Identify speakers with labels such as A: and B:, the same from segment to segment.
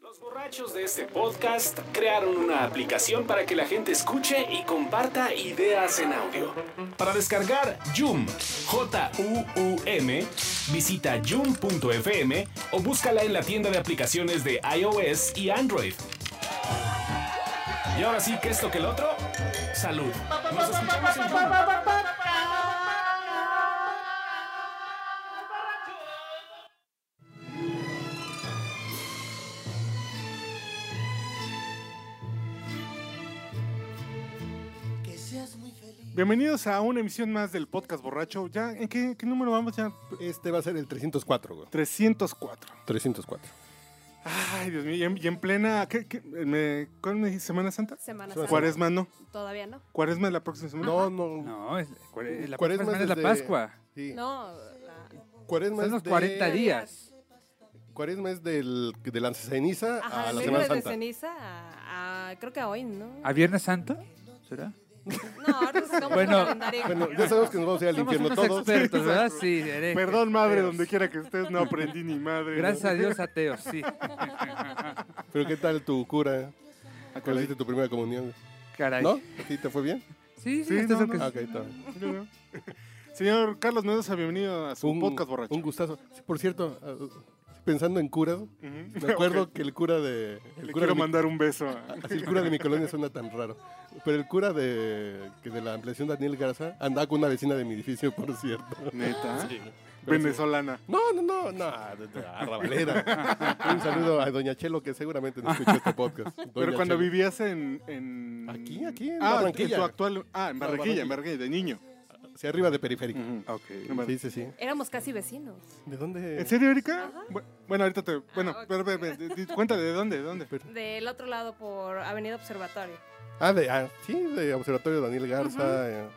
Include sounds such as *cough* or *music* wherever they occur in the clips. A: Los borrachos de este podcast crearon una aplicación para que la gente escuche y comparta ideas en audio. Para descargar Joom, J-U-U-M, visita joom.fm o búscala en la tienda de aplicaciones de iOS y Android. Y ahora sí que esto que el otro, salud. Nos escuchamos en Joom.
B: Bienvenidos a una emisión más del podcast borracho. ¿Ya en qué, qué número vamos ya?
C: Este va a ser el 304, güey.
B: 304.
C: 304.
B: Ay, Dios mío, y en, y en plena ¿qué, qué, me, ¿cuál me dijiste? ¿Semana Santa?
D: Semana Santa.
B: Cuaresma no.
D: Todavía no.
B: Cuaresma es la próxima semana.
C: No, no.
E: No, es, cuar-
C: Cuaresma
E: la próxima semana es la
C: desde-
E: Pascua.
C: Sí.
D: No, la-
C: Cuaresma
E: Son
C: es
E: los
C: de-
E: 40 días.
C: Cuaresma es del, de la ceniza
D: ajá,
C: a
D: el
C: la Semana
D: miércoles de
C: Santa.
D: ceniza a, a- creo que a hoy, ¿no?
E: ¿A Viernes Santo? ¿Será?
D: No, ahora nos sacamos
E: Bueno,
D: el calendario.
C: Bueno, ya sabemos que nos vamos a ir al
E: Somos
C: infierno
E: unos
C: todos.
E: expertos, ¿verdad? Sí, herejes,
B: Eh, Perdón, madre,
E: ateos.
B: donde quiera que estés, no aprendí ni madre.
E: Gracias a Dios, ateos, sí.
C: Pero ¿qué tal tu cura?
B: Ah,
C: ¿Cuál hiciste tu primera comunión?
E: Caray.
C: ¿No? ¿Sí te fue bien?
E: Sí, sí,
B: Sí,
E: esto es
B: no,
E: lo que-
B: no.
C: Ah, ok, está bien.
B: Yo no. *laughs* Señor Carlos Mendoza, bienvenido a su podcast borracho.
C: Un gustazo. Sí, por cierto, ah, pensando en curas, me acuerdo que el cura de...
B: Le
C: El cura de
B: quiero
C: mi-
B: mandar un
C: *laughs*
B: beso. ¿eh? a-
C: Así el cura de mi colonia suena tan raro. Pero el cura de, que de la ampliación Daniel Garza andaba con una vecina de mi edificio, por cierto.
B: Neta. ¿eh? Venezolana.
C: No, no, no, no, de- de arrabalera. Un saludo a Doña Chelo, que seguramente no escuchó este podcast.
B: Pero
C: Doña
B: cuando
C: Chelo.
B: vivías en, en-
C: Aquí, aquí, en
B: ah,
C: Barranquilla.
B: en tu actual. Ah, en Barranquilla, en
C: Barranquilla.
B: Barranquilla, de niño.
C: Sí, arriba de periférico.
B: En Barranquilla.
C: Sí, sí, sí.
D: Éramos casi vecinos.
C: ¿De dónde?
B: ¿En serio, Erika? Bu- Bueno, ahorita te. Bueno,
D: Ah, ok.
B: pero, pero, pero, di- cuéntale, ¿de dónde? ¿De dónde?
D: Del otro lado por Avenida Observatorio.
C: Ah, de, ah, sí, de Observatorio Daniel Garza. eh,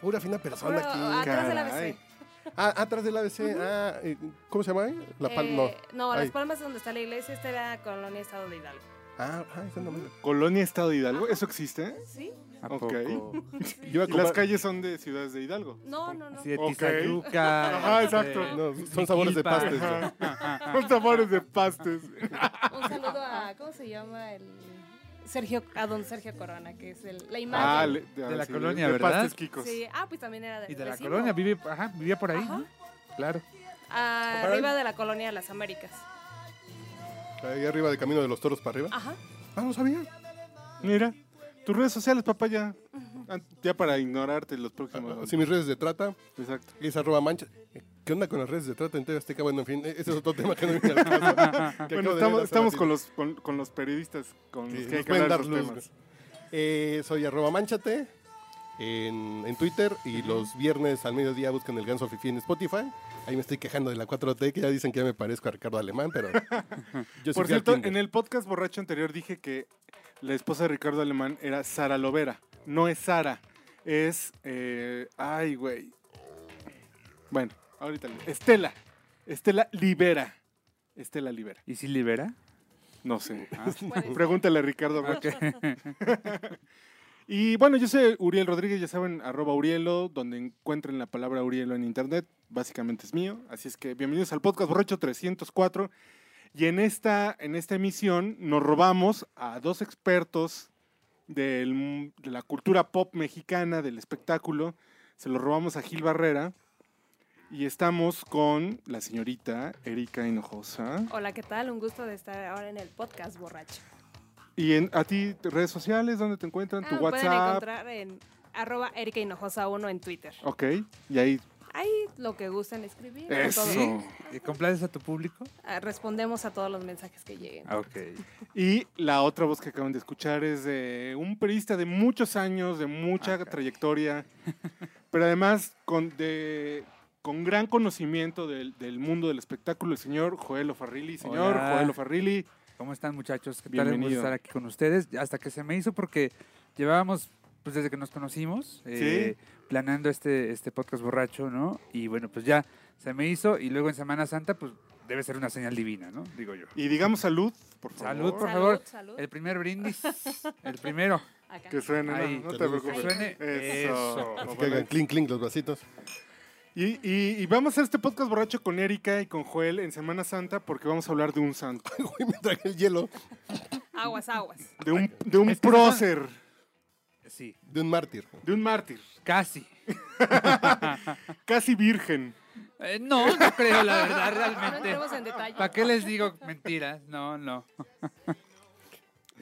C: Pura fina persona
D: Pero
C: aquí.
D: atrás de la
B: Caray.
D: ABC.
C: Ah, atrás del ABC. Ah, eh, ¿cómo se llama? eh? La Palma.
D: Eh, no,
C: Ay.
D: Las Palmas es donde está la iglesia. Esta era Colonia Estado de Hidalgo.
C: Ah, ah, esa no me-
B: Colonia Estado de Hidalgo, ¿eso existe?
D: ¿Sí?
E: ¿A
B: Ok.
E: poco?
C: Yo iba a
B: Y las
C: comprar-
B: calles son de ciudades de Hidalgo.
D: No, no, no.
E: Así de
B: Ok.
E: Tizayuca,
B: Ajá,
E: este,
B: exacto.
C: No, son sabores de
E: Jiquilpan.
C: pastes.
B: Ajá.
D: Ah.
B: *laughs* Los amores de pastes.
D: Un saludo a, ¿cómo se llama? El Sergio, a don Sergio Corona, que es el- la imagen.
B: Ah, le-
E: De la
B: sí,
E: colonia,
B: de
E: ¿verdad?
B: Pastes Kikos.
D: Sí, ah, pues también era de,
E: Y de la
D: vecino.
E: colonia, vive, ajá, vivía por ahí,
D: Ajá.
E: ¿no? Claro.
D: Ah, Arriba de la colonia de las Américas.
C: Ahí arriba de Camino de los Toros para arriba.
D: Ajá.
C: Ah, no sabía.
B: Mira, tus redes sociales, papá, ya. Ah, Ya para ignorarte los próximos.
C: Si mis redes de trata,
B: Exacto.
C: es arroba mancha. ¿Qué onda con las redes de trata en TV Azteca? Bueno, en fin, ese es otro tema que no viene
B: *laughs*
C: al caso. Que
B: Bueno, estamos,
C: acabo de ver hace
B: estamos
C: ratito.
B: con, los, con, con los periodistas con
C: Sí,
B: los que hay
C: nos
B: que hablar
C: pueden dar
B: esos
C: luz. pues.
B: temas.
C: güey. Eh, soy arroba manchate en, en Twitter y los viernes al mediodía buscan el ganso fifi en Spotify. Ahí me estoy quejando de la 4T, que ya dicen que ya me parezco a Ricardo Alemán,
B: *laughs*
C: pero yo sí
B: Por
C: fui al
B: cierto,
C: kinder.
B: en el podcast borracho anterior dije que la esposa de Ricardo Alemán era Sara Lovera. No es Sara, es. eh, ay, güey. Bueno, ahorita. le- Estela. Estela Libera. Estela Libera.
E: ¿Y si libera?
B: No sé.
E: Ah,
B: Pregúntale a Ricardo. Rocha. *laughs* Y bueno, yo soy Uriel Rodríguez, ya saben, arroba Urielo, donde encuentren la palabra Urielo en internet, básicamente es mío. Así es que bienvenidos al podcast Borracho 304. Y en esta, en esta emisión nos robamos a dos expertos del mu- de la cultura pop mexicana, del espectáculo. Se los robamos a Gil Barrera. Y estamos con la señorita Erika Hinojosa.
D: Hola, ¿qué tal? Un gusto de estar ahora en el podcast borracho.
B: ¿Y en, a ti, redes sociales, dónde te encuentran? ¿Tu
D: Ah, me Pueden
B: WhatsApp?
D: encontrar en arroba Erika Hinojosa 1 en Twitter.
B: Ok, y ahí.
D: Ahí lo que gusten escribir. con
B: Eso.
D: todo.
E: ¿Sí? ¿Y ¿Complaces a tu público?
D: Ah, Respondemos a todos los mensajes que lleguen.
E: Ah, Ok.
B: Y la otra voz que acaban de escuchar es de un periodista de muchos años, de mucha
E: Ah, caray.
B: trayectoria, pero además con, de, con gran conocimiento del, del mundo del espectáculo, el señor Joel Ofarrilli. Señor
E: Hola.
B: Joel Ofarrilli,
E: ¿Cómo están, muchachos? ¿Qué tal? Un gusto
B: Bienvenido.
E: estar aquí con ustedes. Hasta que se me hizo porque llevábamos, pues desde que nos conocimos, eh, planeando este, este podcast borracho, ¿no? Y bueno, pues ya se me hizo y luego en Semana Santa, pues debe ser una señal divina, ¿no? Digo yo.
B: y digamos salud, por favor.
E: Salud, por
D: Salud,
E: favor.
D: salud.
E: El primer *laughs* brindis. El primero.
D: Acá.
B: Que suene, no,
E: Ahí.
B: no te
C: Salud.
E: Que
B: preocupes.
E: suene.
B: Eso.
C: *laughs*
E: Eso.
C: Así que hagan clink, clink los bracitos.
B: Y, y- y vamos a este podcast borracho con Erika y con Joel en Semana Santa porque vamos a hablar de un santo,
C: Güey, me traje el hielo
D: Aguas, aguas.
B: de
E: *laughs*
B: un, de un
E: Es que
B: prócer,
E: Sí,
C: de un mártir.
B: de un mártir,
E: casi.
B: casi virgen.
E: Eh, no, no creo, la verdad,
D: No
E: realmente.
D: entremos en detalle.
E: ¿Para qué les digo mentiras? No, no.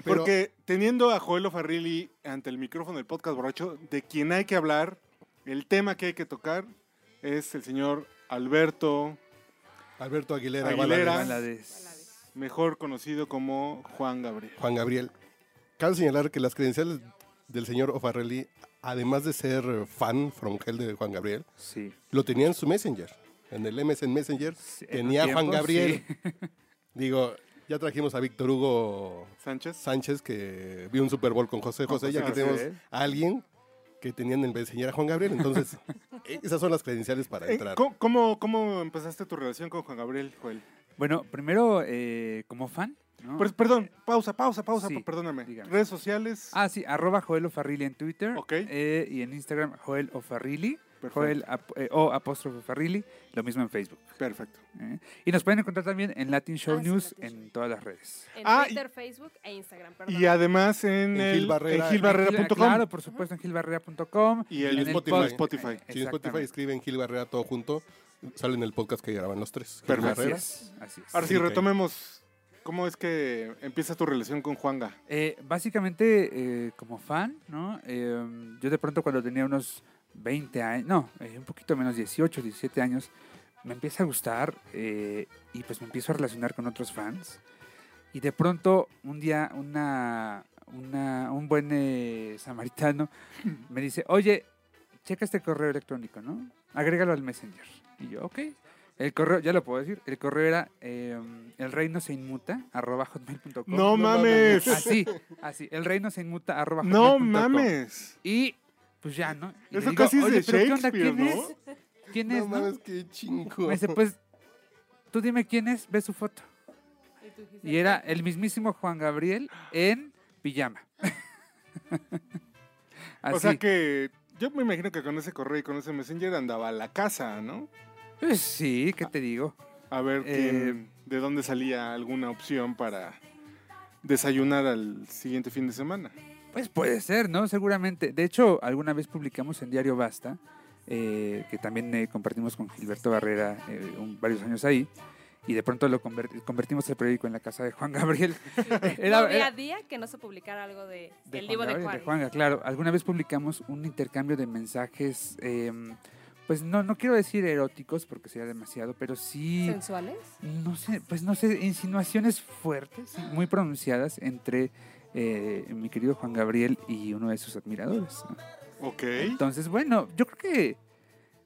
C: Pero-
B: Porque teniendo a Joel Farrilli ante el micrófono del podcast borracho, de quien hay que hablar, el tema que hay que tocar es el señor Alberto,
C: Alberto Aguilera,
B: Aguilera.
C: Valadez,
E: Valadez.
B: mejor conocido como Juan Gabriel.
C: Juan Gabriel. Cabe señalar que las credenciales del señor O'Farrelly, además de ser eh, fan from hell de Juan Gabriel,
E: Sí.
C: lo tenía en su Messenger. En el MSN Messenger
E: Sí, en
C: tenía a
E: un
C: Juan
E: tiempo,
C: Gabriel.
E: sí.
C: *laughs*
E: *laughs*
C: Digo, ya trajimos a Víctor Hugo
B: Sánchez.
C: Sánchez que vio un Super Bowl con José José, ya
B: José
C: que tenemos
E: José.
C: a alguien que tenía en el Messenger a Juan Gabriel.
E: *laughs*
C: Entonces, e, esas son las credenciales para
B: Eh,
C: entrar.
B: ¿cómo- ¿Cómo, cómo empezaste tu relación con Juan Gabriel, Joel?
E: Bueno, primero, eh, como fan, ¿no?
B: Per- perdón, pausa, pausa, pausa,
E: Sí,
B: perdóname.
E: dígame.
B: Redes sociales.
E: Ah, sí, arroba Joel O'Farrilli en Twitter.
B: Ok.
E: eh, y en Instagram, Joel O'Farrilli.
B: Perfecto.
E: Joel ap- eh, O apóstrofe Farrilli. Lo mismo en Facebook.
B: Perfecto.
E: ¿eh? Y nos pueden encontrar también en Latin Show
D: Ah, sí,
E: News
D: Latin Show.
E: en todas las redes.
D: En
B: Ah, y-
D: Twitter, Facebook e Instagram, perdón.
B: Y además en,
C: En
B: el,
C: Gil Barrera.
B: en gilbarrera.com
E: Claro, por supuesto, en gilbarrera.com.
B: y el,
E: en
C: Spotify.
E: pod-
B: Spotify.
E: Eh,
C: Si en Spotify
E: exactamente.
C: escriben Gil Barrera todo junto, salen el podcast que graban los tres. Gil
B: Perfecto.
E: Así
C: Barrera.
E: es, así es.
B: Ahora sí,
C: Ok.
B: retomemos. ¿Cómo es que empieza tu relación con Juanga?
E: Eh, básicamente, eh, como fan, ¿no? Eh, yo de pronto cuando tenía unos 20 años, no, eh, un poquito menos, 18, 17 años, me empieza a gustar eh, y pues me empiezo a relacionar con otros fans. Y de pronto, un día, una, una- un buen eh, samaritano me dice, oye, checa este correo electrónico, ¿no? Agrégalo al Messenger. Y yo, ok. El correo, ya lo puedo decir, el correo era eh, el reino se inmuta, arroba hotmail.com.
B: No, mames.
C: mames.
E: *laughs* Así, así. El reino se inmuta arroba
B: Pues. No
E: hotmail punto com.
B: mames.
E: Y pues ya, ¿no? Y le
B: Eso
E: digo,
B: casi es
E: "Oye,
B: de
E: pero ¿qué onda?
B: Shakespeare,
E: ¿Quién
B: ¿no?
E: es? ¿Quién
C: No
E: es, no?
C: mames, qué chingo.
E: Me dice, pues, tú dime quién es, ve su foto.
D: Y tú, Gisela.
E: Y era el mismísimo Juan Gabriel en pijama. *laughs* así.
B: O sea que yo me imagino que con ese correo y con ese messenger andaba a la casa, ¿no?
E: Pues sí, ¿qué te digo?
B: A ver
E: Eh,
B: quién- de dónde salía alguna opción para desayunar al siguiente fin de semana.
E: Pues puede ser, ¿no? Seguramente. De hecho, alguna vez publicamos en Diario Basta, eh, que también eh, compartimos con Gilberto Barrera eh, un- varios años ahí, y de pronto lo conver- convertimos el periódico en la casa de
D: *laughs*
E: Juan Gabriel. *laughs* Era-
D: No, día
E: era-
D: a día que no se publicara algo de,
E: de
D: del
E: Juan
D: libro de
E: Gabriel,
D: Juan.
E: Juanga, claro. Alguna vez publicamos un intercambio de mensajes, eh, pues no, no quiero decir eróticos porque sería demasiado, pero sí...
D: ¿Sensuales?
E: no sé, pues no sé, insinuaciones fuertes, muy pronunciadas entre eh, mi querido Juan Gabriel y uno de sus admiradores. ¿no?
B: Ok.
E: Entonces, bueno, yo creo que.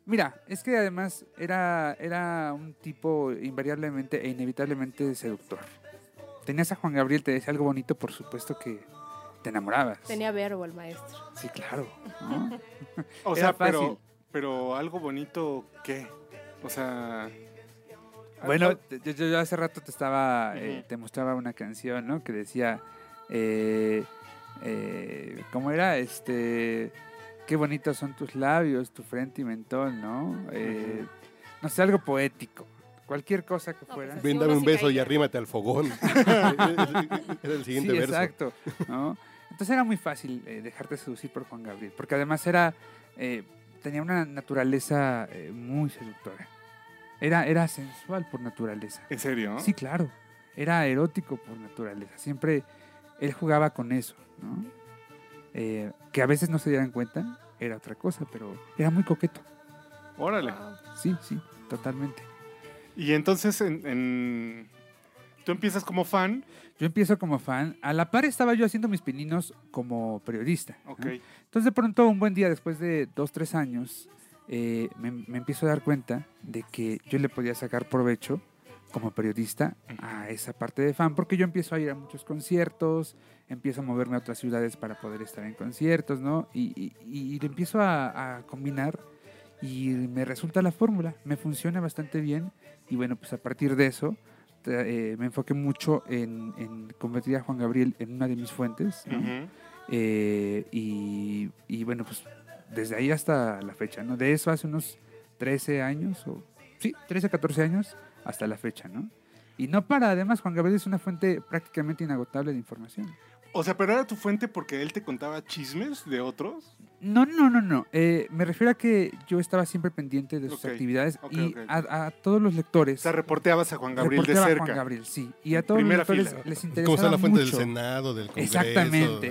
E: Mira, es que además era, era un tipo invariablemente e inevitablemente seductor. Tenías a Juan Gabriel, te decía algo bonito, por supuesto que te enamorabas.
D: Tenía verbo el maestro.
E: Sí, claro. ¿no?
B: O
E: Era
B: sea, pero,
E: fácil.
B: pero algo bonito, ¿qué? O sea...
E: Bueno,
B: algo-
E: te- yo, yo- yo hace rato te estaba, eh,
B: Ujú.
E: te mostraba una canción, ¿no? Que decía, eh, eh, ¿cómo era? Este, qué bonitos son tus labios, tu frente y mentón, ¿no? Eh, No sé, algo poético. Cualquier cosa que
D: No,
E: fuera.
D: pues,
C: Ven, dame
D: uno
C: un
D: sí
C: beso y
D: caía.
C: arrímate al fogón. *laughs* Era el siguiente
E: sí,
C: verso.
E: exacto. ¿no? Entonces era muy fácil eh, dejarte seducir por Juan Gabriel, porque además era eh, tenía una naturaleza eh, muy seductora. Era, era sensual por naturaleza.
B: ¿En serio?
E: Sí, claro. Era erótico por naturaleza. Siempre él jugaba con eso, ¿no? Eh, que a veces no se dieran cuenta, era otra cosa, pero era muy coqueto.
B: Órale.
D: Wow.
E: Sí, sí, totalmente.
B: Y entonces en, en- tú empiezas como fan.
E: Yo empiezo como fan. A la par estaba yo haciendo mis pininos como periodista. ¿no?
B: Ok.
E: Entonces de pronto un buen día, después de dos, tres años, eh, me, me empiezo a dar cuenta de que yo le podía sacar provecho como periodista a esa parte de fan, porque yo empiezo a ir a muchos conciertos, empiezo a moverme a otras ciudades para poder estar en conciertos, ¿no? Y, y- y lo empiezo a, a combinar y me resulta la fórmula, me funciona bastante bien y bueno, pues a partir de eso tra- eh, me enfoqué mucho en, en convertir a Juan Gabriel en una de mis fuentes, ¿no?
B: Ujú.
E: Eh, y, y bueno, pues desde ahí hasta la fecha, ¿no? De eso hace unos 13 años, o sí, 13, 14 años hasta la fecha, ¿no? Y no para, además, Juan Gabriel es una fuente prácticamente inagotable de información.
B: O sea, pero era tu fuente porque él te contaba chismes de otros.
E: No, no, no, no. Eh, me refiero a que yo estaba siempre pendiente de sus
B: Ok,
E: actividades
B: ok,
E: y
B: ok.
E: A, a todos los lectores.
B: O sea, reporteabas a Juan Gabriel de
E: reporteaba a
B: cerca.
E: Juan Gabriel, sí. Y a todos
B: Primera
E: los lectores
B: fila.
E: les
C: Como
E: interesaba
C: está la fuente
E: mucho.
C: del Senado, del Congreso.
E: Exactamente.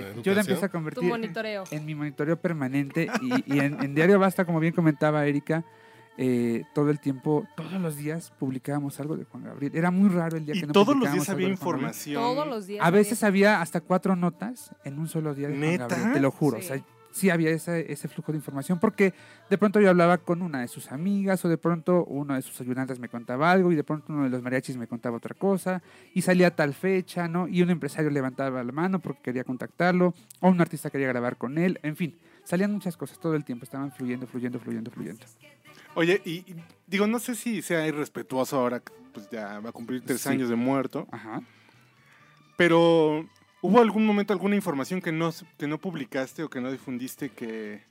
C: de
E: Yo la
C: Educación.
E: empecé a
D: Tu
E: convertir
D: monitoreo.
E: en mi monitoreo permanente y, y en, en Diario Basta, como bien comentaba Erika, eh, todo el tiempo, todos los días publicábamos algo de Juan Gabriel. Era muy raro el día
B: Y
E: que no
B: todos los
E: publicábamos
B: días había
E: algo de Juan Gabriel.
B: información.
D: Todos los días.
E: A veces había hasta cuatro notas en un solo día de Juan
B: ¿Neta?
E: Gabriel, te lo juro.
D: Sí.
E: O sea, sí había ese, ese flujo de información porque de pronto yo hablaba con una de sus amigas o de pronto uno de sus ayudantes me contaba algo y de pronto uno de los mariachis me contaba otra cosa y salía tal fecha, ¿no? Y un empresario levantaba la mano porque quería contactarlo o un artista quería grabar con él, en fin. Salían muchas cosas todo el tiempo, estaban fluyendo, fluyendo, fluyendo, fluyendo.
B: Oye, y y digo, no sé si sea irrespetuoso ahora, que, pues ya va a cumplir tres
E: Sí.
B: años de muerto,
E: Ajá.
B: pero ¿hubo algún momento, alguna información que no, que no publicaste o que no difundiste que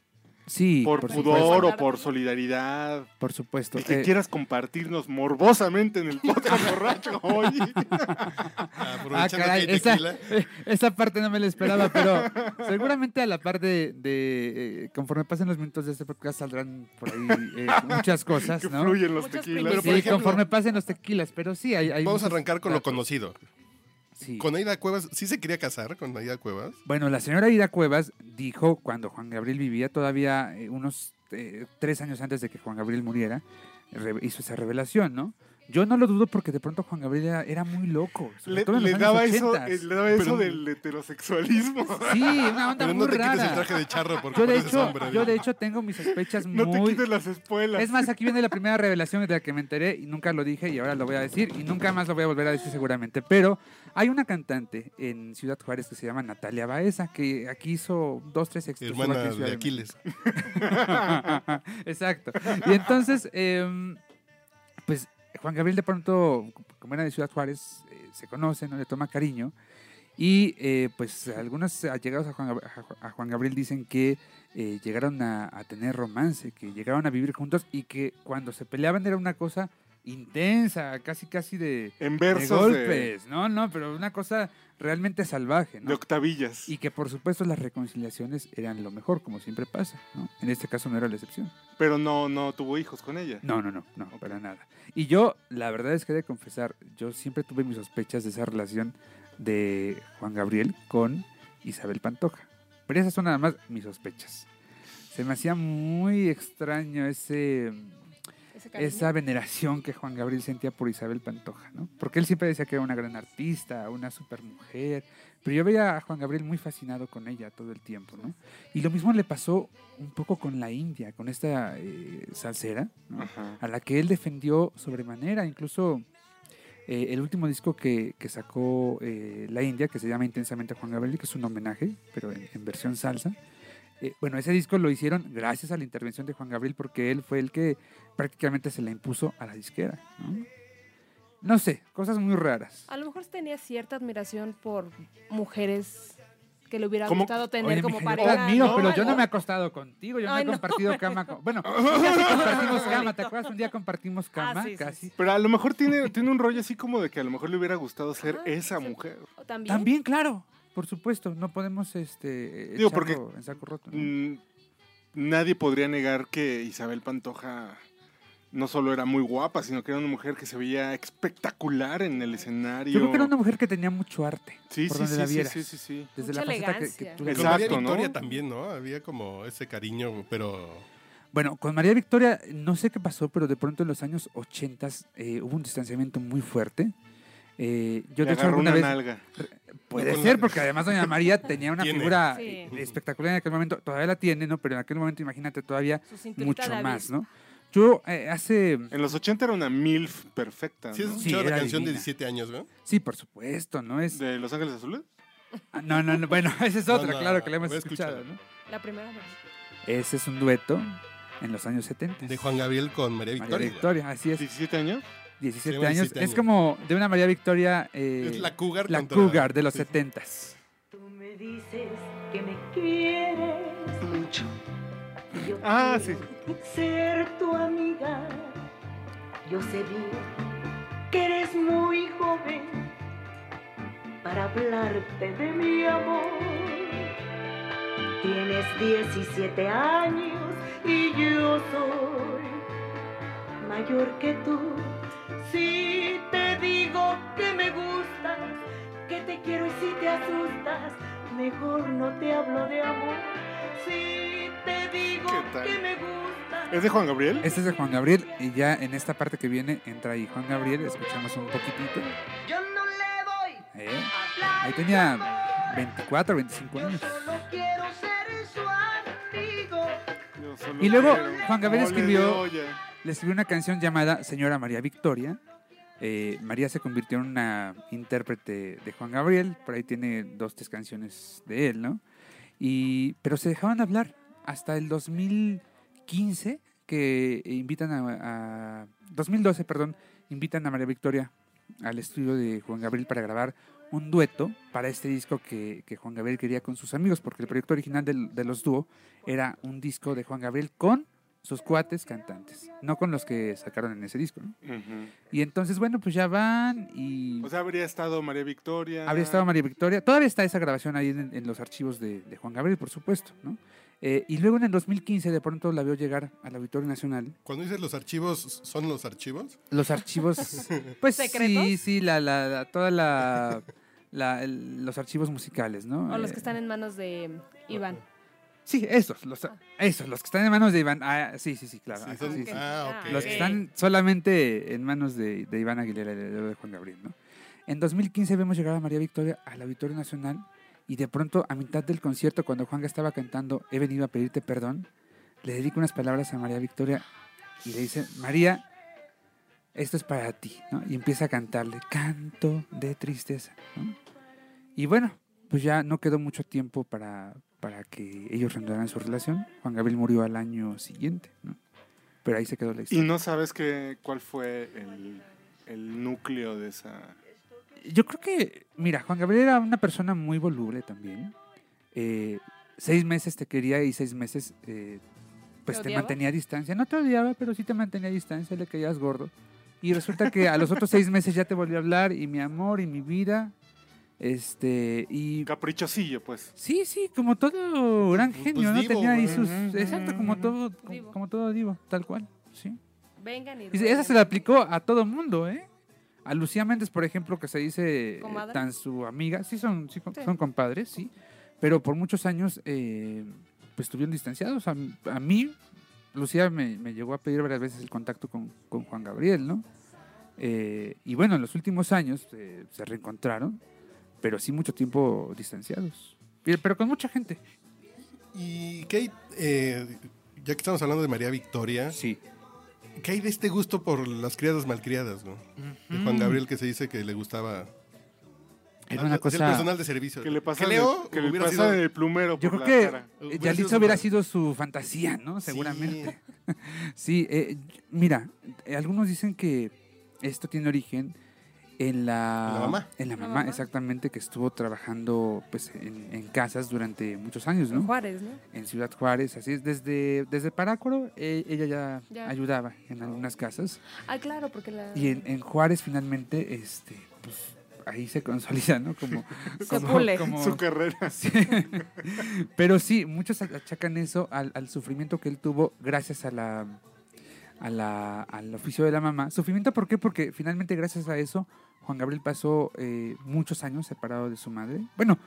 E: Sí,
B: por,
E: por
B: pudor
E: supuesto.
B: o por solidaridad?
E: Por supuesto.
B: El que
E: Eh,
B: quieras compartirnos morbosamente en el podcast
E: *laughs*
B: borracho hoy.
E: Ah,
C: Aprovechando
E: caray,
C: que hay
E: esa,
C: tequila.
E: *laughs* esa parte no me la esperaba, pero seguramente a la par de, de, eh, conforme pasen los minutos de este podcast saldrán por ahí
C: *laughs*
E: eh, muchas cosas,
B: que
E: ¿no?
B: fluyen los
D: Muchas
B: tequilas.
D: primicias.
E: Sí,
C: por ejemplo-
E: conforme pasen los tequilas, pero sí, hay, hay
C: Vamos a
E: muchos
C: arrancar con lo
E: datos.
C: conocido.
E: Sí.
C: Con Aida Cuevas, ¿sí se quería casar con Aida Cuevas?
E: Bueno, la señora Ida Cuevas dijo cuando Juan Gabriel vivía, todavía eh, unos eh, tres años antes de que Juan Gabriel muriera, re- hizo esa revelación, ¿no? Yo no lo dudo porque de pronto Juan Gabriel era, era muy loco. sobre
B: Le,
E: todo en los
B: le
E: años
B: daba eso,
E: 80s.
B: eh, le daba eso
C: Pero-
B: del heterosexualismo.
E: Sí, una onda
C: Pero no
E: muy
C: te quites
E: rara.
C: el traje de charro porque
E: Yo de,
C: pareces
E: hecho,
C: hombre.
E: yo de hecho tengo mis
B: *laughs*
E: sospechas
C: *laughs*
B: No te
E: muy...
B: quites las espuelas.
E: Es más, aquí viene la primera revelación de la que me enteré y nunca lo dije y ahora lo voy a decir y nunca más lo voy a volver a decir seguramente. Pero hay una cantante en Ciudad Juárez que se llama Natalia Baeza que aquí hizo dos, tres extras.
C: Hermana de Aquiles.
E: *laughs* Exacto. Y entonces, em, pues Juan Gabriel de pronto, como era de Ciudad Juárez, eh, se conoce, ¿no? le toma cariño. Y eh, pues algunos allegados a Juan, Gab- a Ju- a Juan Gabriel dicen que eh, llegaron a, a tener romance, que llegaron a vivir juntos y que cuando se peleaban era una cosa intensa, casi casi de,
B: en
E: de
B: versos de,
E: golpes, no, no, pero una cosa realmente salvaje, ¿no?
B: de octavillas.
E: Y que por supuesto las reconciliaciones eran lo mejor, como siempre pasa, ¿no? En este caso no era la excepción.
B: Pero no, no tuvo hijos con ella.
E: No, no, no, no, para nada. Y yo, la verdad es que he de confesar, yo siempre tuve mis sospechas de esa relación de Juan Gabriel con Isabel Pantoja. Pero esas son nada más mis sospechas. Se me hacía muy extraño ese,
D: Ese cariño.
E: esa veneración que Juan Gabriel sentía por Isabel Pantoja, ¿no? Porque él siempre decía que era una gran artista, una supermujer, pero yo veía a Juan Gabriel muy fascinado con ella todo el tiempo, ¿no? Y lo mismo le pasó un poco con la India, con esta eh, salsera, ¿no?
B: Ajá.
E: a la que él defendió sobremanera. Incluso eh, el último disco que, que sacó eh, La India, que se llama Intensamente Juan Gabriel, que es un homenaje, pero en, en versión salsa. Eh, bueno, ese disco lo hicieron gracias a la intervención de Juan Gabriel, porque él fue el que prácticamente se la impuso a la disquera. No, No sé, cosas muy raras.
D: A lo mejor tenía cierta admiración por mujeres que le hubiera
B: ¿Cómo?
D: gustado tener
E: Oye,
D: como
E: mija, yo
D: pareja.
E: te admiro,
D: ¿no?
E: pero yo no
D: Algo.
E: me he acostado contigo, yo
D: Ay,
E: no
D: no.
E: he compartido cama con...
D: *laughs*
E: Bueno, casi compartimos cama, ¿te acuerdas? Un día compartimos cama,
D: Ah, sí, sí,
E: casi.
D: sí.
B: Pero a lo mejor tiene, tiene un rollo así como de que a lo mejor le hubiera gustado ser
D: Ajá,
B: esa
D: sí.
B: mujer.
D: ¿También?
E: También, claro, por supuesto, no podemos este
B: Digo, porque-
E: echarlo en saco roto. ¿no?
B: Mm, nadie podría negar que Isabel Pantoja no solo era muy guapa, sino que era una mujer que se veía espectacular en el escenario.
E: Yo creo que era una mujer que tenía mucho arte,
B: Sí,
E: por
B: sí,
E: donde
B: sí,
E: la
B: sí,
E: vieras.
B: sí, sí, sí.
E: Desde
D: Mucha
E: la faceta que- que,
D: elegancia.
E: tú le
C: Con
E: dabas.
C: María
B: Exacto, ¿no?
C: Victoria también, ¿no? Había como ese cariño, pero
E: Bueno, con María Victoria no sé qué pasó, pero de pronto en los años 80 eh, hubo un distanciamiento muy fuerte. Eh, yo
B: Le
E: de hecho
B: agarró
E: alguna
B: una
E: vez
B: nalga.
E: puede
C: Con
E: ser
C: la-
E: porque además
B: *laughs*
E: doña María tenía una
C: Tiene.
E: figura
D: Sí.
E: eh, espectacular en aquel momento, todavía la tiene, ¿no? Pero en aquel momento imagínate todavía
D: Su cinturita
E: mucho
D: de
E: más,
D: avispa.
E: ¿no? Yo eh, hace
B: En los 80 era una MILF perfecta.
C: sí has
B: ¿no?
E: Sí,
C: escuchado la
E: era
C: canción de
E: divina.
C: 17 años, ¿no?
E: sí, por supuesto, no es
B: ¿De Los Ángeles Azules?
E: Ah, No, no, no, bueno, *laughs* esa es
C: No,
E: otra,
C: no,
E: claro que la hemos
C: voy a
E: escuchado,
C: escucharla.
E: ¿no?
D: La primera vez.
E: Ese es un dueto en los años 70.
C: De Juan Gabriel con María
E: María
C: Victoria.
E: Victoria, así es,
B: 17 años.
E: 17
C: llama
E: años.
C: 17
E: Es
C: años.
E: como de una María Victoria, eh,
C: Es la cougar
E: la
C: contra-
E: cougar de los
C: sí.
E: 70
F: Tú me dices que me quieres mucho. yo
B: Ah,
F: quiero ser tu amiga. Yo sé bien que eres muy joven para hablarte de mi amor. Tienes 17 años y yo soy mayor que tú. Si te digo que me gustas, que te quiero y si te asustas, mejor no te hablo de amor. Si te digo
B: ¿Qué tal?
F: que me gustas.
B: ¿Es de Juan Gabriel?
E: Este es de Juan Gabriel y ya en esta parte que viene entra ahí Juan Gabriel, escuchamos un poquitito.
F: Yo no le voy
E: ¿eh?
F: a hablar
E: Ahí
F: de amor.
E: tenía 24, 25
F: Yo
E: años.
F: solo quiero ser su amigo.
B: Yo solo
E: Y luego
B: quiero
E: Juan Gabriel
B: mole de
E: escribió-
B: olla.
E: Le escribió una canción llamada Señora María Victoria. Eh, María se convirtió en una intérprete de Juan Gabriel, por ahí tiene dos, tres canciones de él, ¿no? Y, pero se dejaban hablar hasta el 2015, que invitan a, a- 2012, perdón, invitan a María Victoria al estudio de Juan Gabriel para grabar un dueto para este disco que, que Juan Gabriel quería con sus amigos, porque el proyecto original del- de los dúo era un disco de Juan Gabriel con sus cuates cantantes, no con los que sacaron en ese disco. ¿no?
B: Ujú.
E: Y entonces, bueno, pues ya van y
B: O sea, habría estado María Victoria.
E: habría estado María Victoria. Todavía está esa grabación ahí en, en los archivos de, de Juan Gabriel, por supuesto, ¿no? Eh, y luego en el 2015 de pronto la veo llegar al Auditorio Nacional.
C: Cuando dices los archivos, ¿son los archivos?
E: Los
D: *laughs*
E: archivos, pues sí,
D: ¿Secretos?
E: sí, la, la, la- toda la, la- el- los archivos musicales, ¿no?
D: O los que
E: Eh,
D: están en manos de Iván.
E: Sí, esos, los,
D: Ah.
E: esos, los que están en manos de Iván. Ah, sí, sí, sí, claro.
C: Sí,
E: Ah,
C: son-
E: sí, sí.
C: Ah,
D: Ah,
C: ok.
E: Los que están solamente en manos de, de Iván Aguilera, el heredero de Juan Gabriel, ¿no? En 2015 vemos llegar a María Victoria al Auditorio Nacional y de pronto, a mitad del concierto, cuando Juan estaba cantando He venido a pedirte perdón, le dedico unas palabras a María Victoria y le dice, María, esto es para ti, ¿no? Y empieza a cantarle, canto de tristeza, ¿no? Y bueno, pues ya no quedó mucho tiempo para, para que ellos renovaran su relación. Juan Gabriel murió al año siguiente, ¿no? Pero ahí se quedó la historia.
B: Y no sabes qué, cuál fue el, el núcleo de esa.
E: Yo creo que, mira, Juan Gabriel era una persona muy voluble también. Eh, seis meses te quería y seis meses eh, pues
D: ¿Te
E: te
D: odiaba?
E: mantenía a distancia. No te odiaba, pero sí te mantenía a distancia, le caías gordo. Y resulta que a los otros seis meses ya te volvió a hablar y mi amor y mi vida. Este, y
B: Caprichosillo, pues.
E: sí, sí, como todo gran
C: Pues
E: genio, ¿no?
C: divo,
E: Tenía ahí
C: güey.
E: sus...
B: Ujú,
E: Exacto, como
B: ujú,
E: todo, como,
D: Divo.
E: como todo divo, tal cual, sí.
D: Vengan y.
E: Y esa se la aplicó a todo mundo, ¿eh? A Lucía Méndez, por ejemplo, que se dice eh,
D: Comadre.
E: tan su amiga. Sí, son, sí, con-
D: Sí.
E: son compadres, sí. Pero por muchos años, eh, pues estuvieron distanciados. A, a mí, Lucía me, me llegó a pedir varias veces el contacto con, con Juan Gabriel, ¿no? Eh, y bueno, en los últimos años eh, se reencontraron, pero sí mucho tiempo distanciados. Y- Pero con mucha gente.
C: Y Kate, eh, ya que estamos hablando de María Victoria,
E: Sí.
C: ¿qué hay de este gusto por las criadas malcriadas, no? De Juan Gabriel que se dice que le gustaba...
E: Era
C: al-
E: una
C: del
E: cosa...
C: personal de servicio.
B: Que le pasan,
C: Creo
B: el, que le
C: hubiera
B: pasan
C: sido-
B: el plumero
E: Yo
B: por
E: creo
B: la
E: que
B: cara.
C: Hubiera
E: eh,
C: sido
E: Yalitza
C: su
E: hubiera
C: fan-
E: sido su fantasía, ¿no? Seguramente. Sí, eh, mira, eh, algunos dicen que esto tiene origen en la,
C: En la mamá.
E: en la
D: La
E: mamá,
D: mamá.
E: exactamente, que estuvo trabajando pues, en, en casas durante muchos años, ¿no?
D: Juárez, ¿no?
E: En Ciudad Juárez, así es. Desde, desde Parácuaro, eh, ella ya,
D: Ya.
E: ayudaba en algunas casas.
D: Ah, claro, porque la.
E: Y en, en Juárez, finalmente, este, pues, ahí se consolida, ¿no? Como,
D: *laughs* Se pule.
B: Su carrera.
E: *laughs* Sí. *laughs* Pero sí, muchos achacan eso al, al sufrimiento que él tuvo gracias a la, a la- al oficio de la mamá. ¿Sufrimiento por qué? Porque finalmente gracias a eso Juan Gabriel pasó eh, muchos años separado de su madre. Bueno,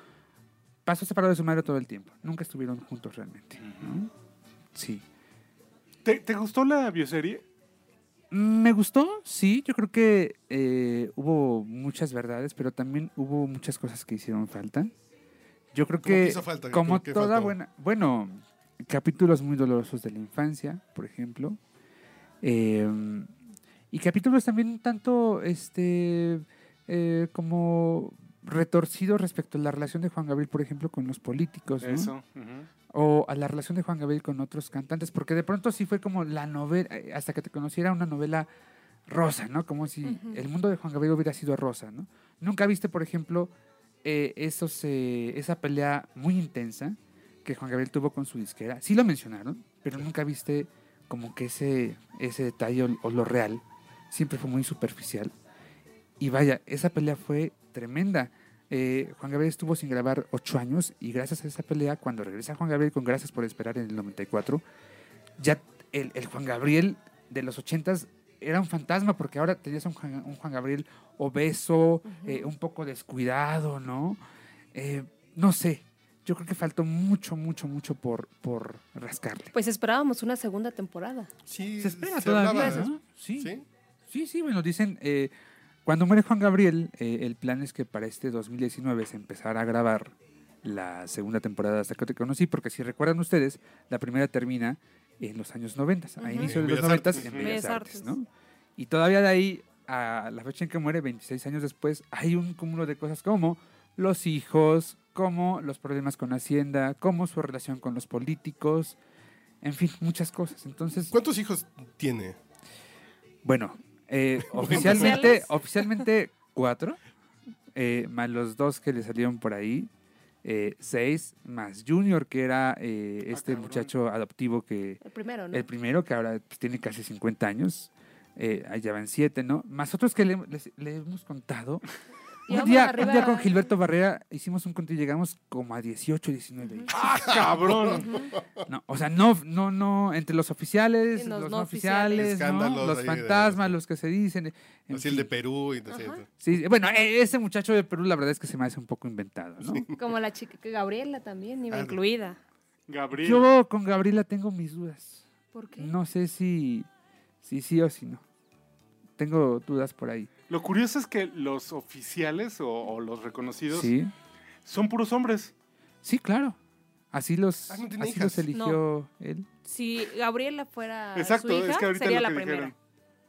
E: pasó separado de su madre todo el tiempo. Nunca estuvieron juntos realmente. ¿no? Sí.
B: ¿Te, te gustó la bioserie?
E: Mm, Me gustó, sí. Yo creo que eh, hubo muchas verdades, pero también hubo muchas cosas que hicieron falta. Yo
C: ¿Cómo
E: creo
C: que
E: que,
C: hizo falta?
E: como
C: ¿Cómo que
E: toda
C: faltó?
E: buena, bueno, capítulos muy dolorosos de la infancia, por ejemplo, Eh, y capítulos también un tanto, este, eh, como retorcidos respecto a la relación de Juan Gabriel, por ejemplo, con los políticos, ¿no?
B: Eso. ujú.
E: o a la relación de Juan Gabriel con otros cantantes, porque de pronto sí fue como la novela, eh, hasta que te conociera una novela rosa, ¿no? Como si
D: Ujú.
E: el mundo de Juan Gabriel hubiera sido rosa, ¿no? Nunca viste, por ejemplo, eh, esos, eh, esa pelea muy intensa que Juan Gabriel tuvo con su disquera. Sí lo mencionaron, pero nunca viste como que ese, ese detalle o, o lo real. Siempre fue muy superficial. Y vaya, esa pelea fue tremenda. Eh, Juan Gabriel estuvo sin grabar ocho años y gracias a esa pelea, cuando regresa Juan Gabriel con Gracias por Esperar en el 94, ya el, el Juan Gabriel de los ochentas era un fantasma porque ahora tenías un Juan, un Juan Gabriel obeso, eh, un poco descuidado, ¿no? Eh, no sé, yo creo que faltó mucho, mucho, mucho por, por rascarle.
D: Pues esperábamos una segunda temporada.
C: Sí,
E: Se espera
C: hablaba,
E: todavía,
C: ¿no?
E: ¿no? Sí.
C: Sí.
E: Sí, sí, bueno, dicen, eh, cuando muere Juan Gabriel, eh, el plan es que para este 2019 se empezara a grabar la segunda temporada hasta que te conocí, porque si recuerdan ustedes, la primera termina en los años 90, a
D: Ujú.
E: inicio
C: En
E: de los
C: Bellas
E: 90
C: Artes.
E: en
D: Bellas
E: Bellas Artes,
D: Artes.
E: ¿no? Y todavía de ahí, a la fecha en que muere, 26 años después, hay un cúmulo de cosas como los hijos, como los problemas con Hacienda, como su relación con los políticos, en fin, muchas cosas. Entonces,
C: ¿Cuántos hijos tiene?
E: bueno, eh, oficialmente, oficialmente cuatro, eh, más los dos que le salieron por ahí, eh, seis, más Junior, que era eh, este
B: cabrón.
E: muchacho adoptivo que,
D: El primero, ¿no?
E: el primero, que ahora pues, tiene casi 50 años, eh, ahí ya van siete, ¿no? Más otros que le, les- le hemos contado. un,
D: Llevamos
E: día, un
D: arriba-
E: día con Gilberto Barrera hicimos un conto y llegamos como a 18, 19 hijos.
B: ¡Cabrón!
E: No, o sea, no, no, no, entre los oficiales,
D: Y
E: los,
D: los
E: no
D: no
E: oficiales,
C: oficiales.
E: ¿no?
C: Escándalos
E: los
C: ahí de-
E: fantasmas, los que se dicen. eh, en
C: Así el de
E: fin.
C: Perú y no sé,
D: Ajá.
E: Sí, bueno, e- ese muchacho de Perú la verdad es que se me hace un poco inventado, ¿no?
D: Como la chica que Gabriela también, iba
C: Ah, no.
D: incluida.
B: Gabriel.
E: Yo con Gabriela tengo mis dudas.
D: ¿Por qué?
E: No sé si, si sí o si no. Tengo dudas por ahí.
B: Lo curioso es que los oficiales o, o los reconocidos
E: Sí,
B: son puros hombres.
E: sí, claro. Así los,
C: Ah, no tiene
E: así
C: hijas.
E: los eligió él.
D: Si Gabriela fuera
B: Exacto,
D: su hija,
B: es que ahorita
D: sería
B: lo
D: la
B: que
D: primera.
B: dijeron.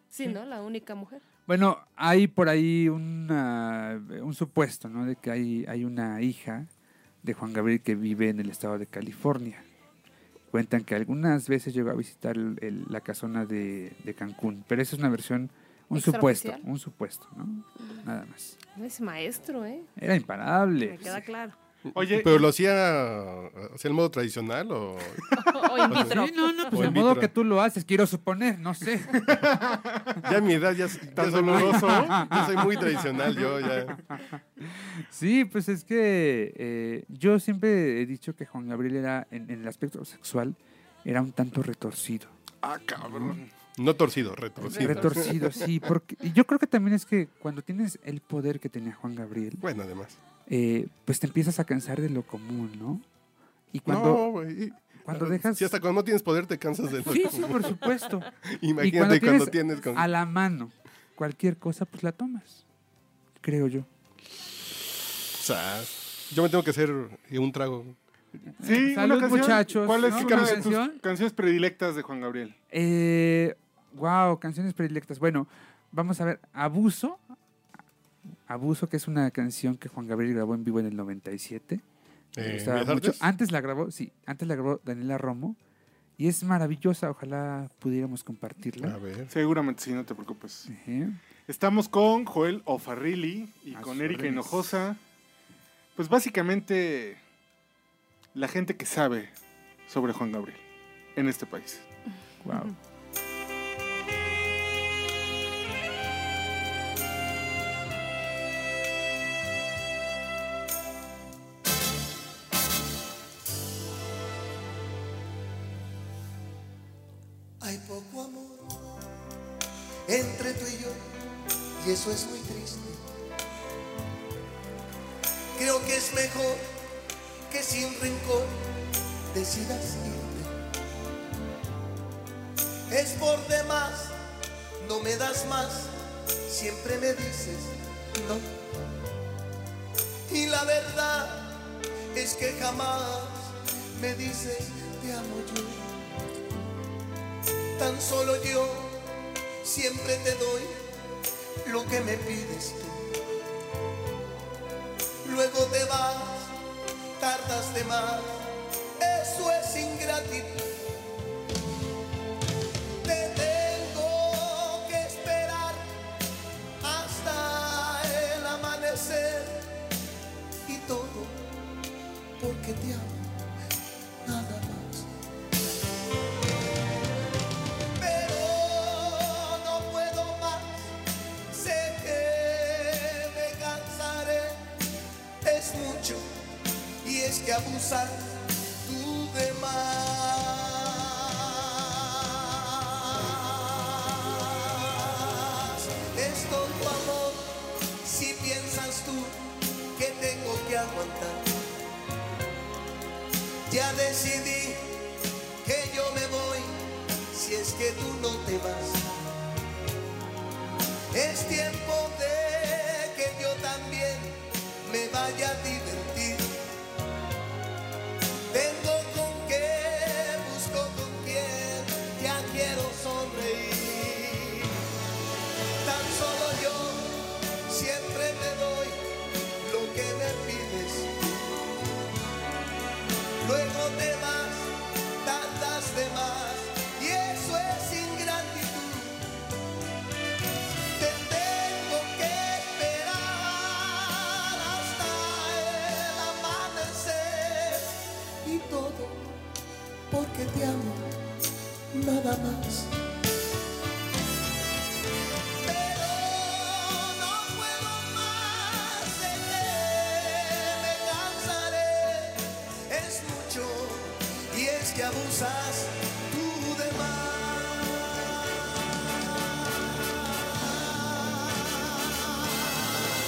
D: Sí, ¿no? La única mujer.
E: Bueno, hay por ahí una, un supuesto, ¿no? De que hay, hay una hija de Juan Gabriel que vive en el estado de California. Cuentan que algunas veces llegó a visitar el- el- la casona de, de Cancún, pero esa es una versión, un supuesto,
D: ¿Extraoficial? Mm.
E: un supuesto, ¿no? Nada más.
D: No es maestro, ¿eh?
E: Era
D: Me
E: imparable.
D: queda claro.
B: Oye,
C: ¿Pero lo hacía, hacía el modo tradicional o...?
D: *laughs* O in vitro.
E: Sí, *laughs* no, no,
C: O
E: pues de
C: in
E: modo
C: vitro.
E: que tú lo haces, quiero suponer, no sé.
D: *laughs*
C: Ya a mi edad ya, ya
B: Tan
C: soy, muy,
B: doloroso.
C: *laughs* ya soy muy tradicional yo, ya.
E: Sí, pues es que eh, yo siempre he dicho que Juan Gabriel era, en, en el aspecto sexual, era un tanto retorcido.
B: ah, cabrón.
C: No torcido, retorcido.
E: Retorcido, sí. Porque, y yo creo que también es que cuando tienes el poder que tenía Juan Gabriel,
C: Bueno, además.
E: eh, pues te empiezas a cansar de lo común, ¿no? Y cuando,
C: no, eh, güey. y-
E: cuando dejas...
C: Si hasta cuando no tienes poder te cansas de...
E: Sí, sí,
C: *laughs*
E: por supuesto. y
C: Imagínate
E: cuando
C: cuando
E: tienes,
C: tienes... con-
E: a la mano cualquier cosa, pues la tomas. Creo yo.
C: Sas. Yo me tengo que hacer eh, un trago.
B: Sí,
E: Salud,
B: una canción.
E: muchachos,
B: ¿Cuál es
E: ¿no?
B: una de
E: Canción.
B: tus canciones predilectas de Juan Gabriel?
E: Eh, wow, canciones predilectas. Bueno, vamos a ver. Abuso. Abuso, que es una canción que Juan Gabriel grabó en vivo en el 97. Me
C: Eh,
E: gustaba
C: ¿Bellas
E: mucho.
C: Artes?
E: Antes la grabó, sí, antes la grabó Daniela Romo. Y es maravillosa, ojalá pudiéramos
C: A
E: compartirla.
C: ver.
B: Seguramente sí, no te preocupes.
E: Ujú.
B: Estamos con Joel O'Farrilli y
C: Ah,
E: A
B: con
E: sus
B: Erika
E: órdenes.
B: Hinojosa. Pues básicamente la gente que sabe sobre Juan Gabriel en este país.
E: Guau.
G: Hay poco amor entre tú y yo y eso es muy triste. Creo que es mejor que sin rencor decidas irte. Es por demás, no me das más, siempre me dices no. Y la verdad es que jamás me dices te amo yo tan solo yo siempre te doy lo que me pides tú. Luego te vas, tardas de más, eso es ingratitud. Te tengo que esperar hasta el amanecer y todo porque te amo, nada más. y es que abusar tú de más. Es tonto amor si piensas tú que tengo que aguantar. Ya decidí que yo me voy si es que tú no te vas. Es tiempo de que yo también me vaya a divertir. Tengo con qué, busco con quién, ya quiero sonreír. Tan solo yo siempre me doy lo que me pides. Luego te vas, tantas de más, y eso es ingratitud te tengo que esperar hasta el amanecer y todo porque te amo nada más. Pero no puedo más, sé que me cansaré, es mucho y es que abusas tú de más.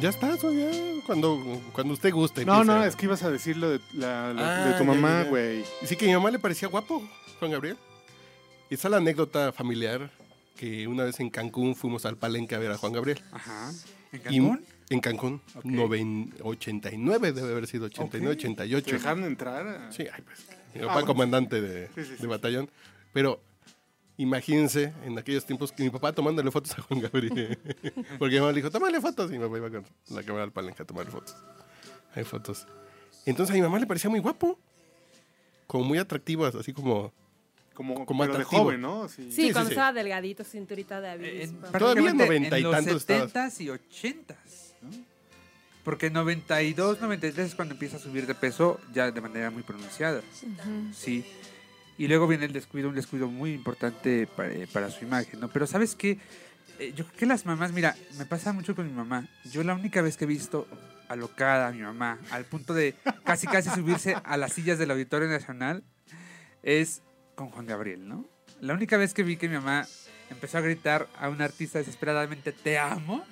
C: Ya está, soy ya. Cuando, cuando usted guste.
B: No,
C: empiece.
B: no, es que ibas a decir lo de, la- lo
C: Ah,
B: de tu
C: ya, ya,
B: mamá,
C: ya.
B: güey.
C: Y sí que mi mamá le parecía guapo, Juan Gabriel. Y está la anécdota familiar que una vez en Cancún fuimos al Palenque a ver a Juan Gabriel.
E: Ajá. ¿En
C: Y-
E: Cancún?
C: en Cancún.
E: Ok.
C: Noven- 89 debe haber sido, 89,
B: Ok. ¿Te
C: 88.
B: dejaron entrar? a-
C: Sí, ay, pues. Mi
B: Ah,
C: papá
B: bueno.
C: comandante de,
B: Sí, sí,
C: de
B: sí.
C: batallón. Pero imagínense en aquellos tiempos que mi papá tomándole fotos a Juan Gabriel. Porque mi mamá le dijo, tómale fotos. Y mi papá iba con la cámara al palenque a tomarle fotos. Hay fotos. Entonces a mi mamá le parecía muy guapo. Como muy atractivo, así como...
B: Como,
C: Como
B: pero de
C: atractivo.
B: joven, ¿no? Sí.
D: Sí,
C: Sí, sí,
D: cuando
C: sí.
D: estaba delgadito, cinturita de
E: Eh, en-
D: avis. papá.
C: Todavía en
E: prácticamente
C: noventa y
E: los
C: tantos estabas.
E: 70s y 80s, ¿no? Porque en 92, 93 es cuando empieza a subir de peso ya de manera muy pronunciada. Sí. Y luego viene el descuido, un descuido muy importante pa- eh, para, su imagen, ¿no? Pero ¿sabes qué? Eh, yo creo que las mamás, mira, me pasa mucho con mi mamá. Yo la única vez que he visto alocada a mi mamá, al punto de casi casi subirse a las sillas del Auditorio Nacional, es con Juan Gabriel, ¿no? La única vez que vi que mi mamá empezó a gritar a un artista desesperadamente, te amo,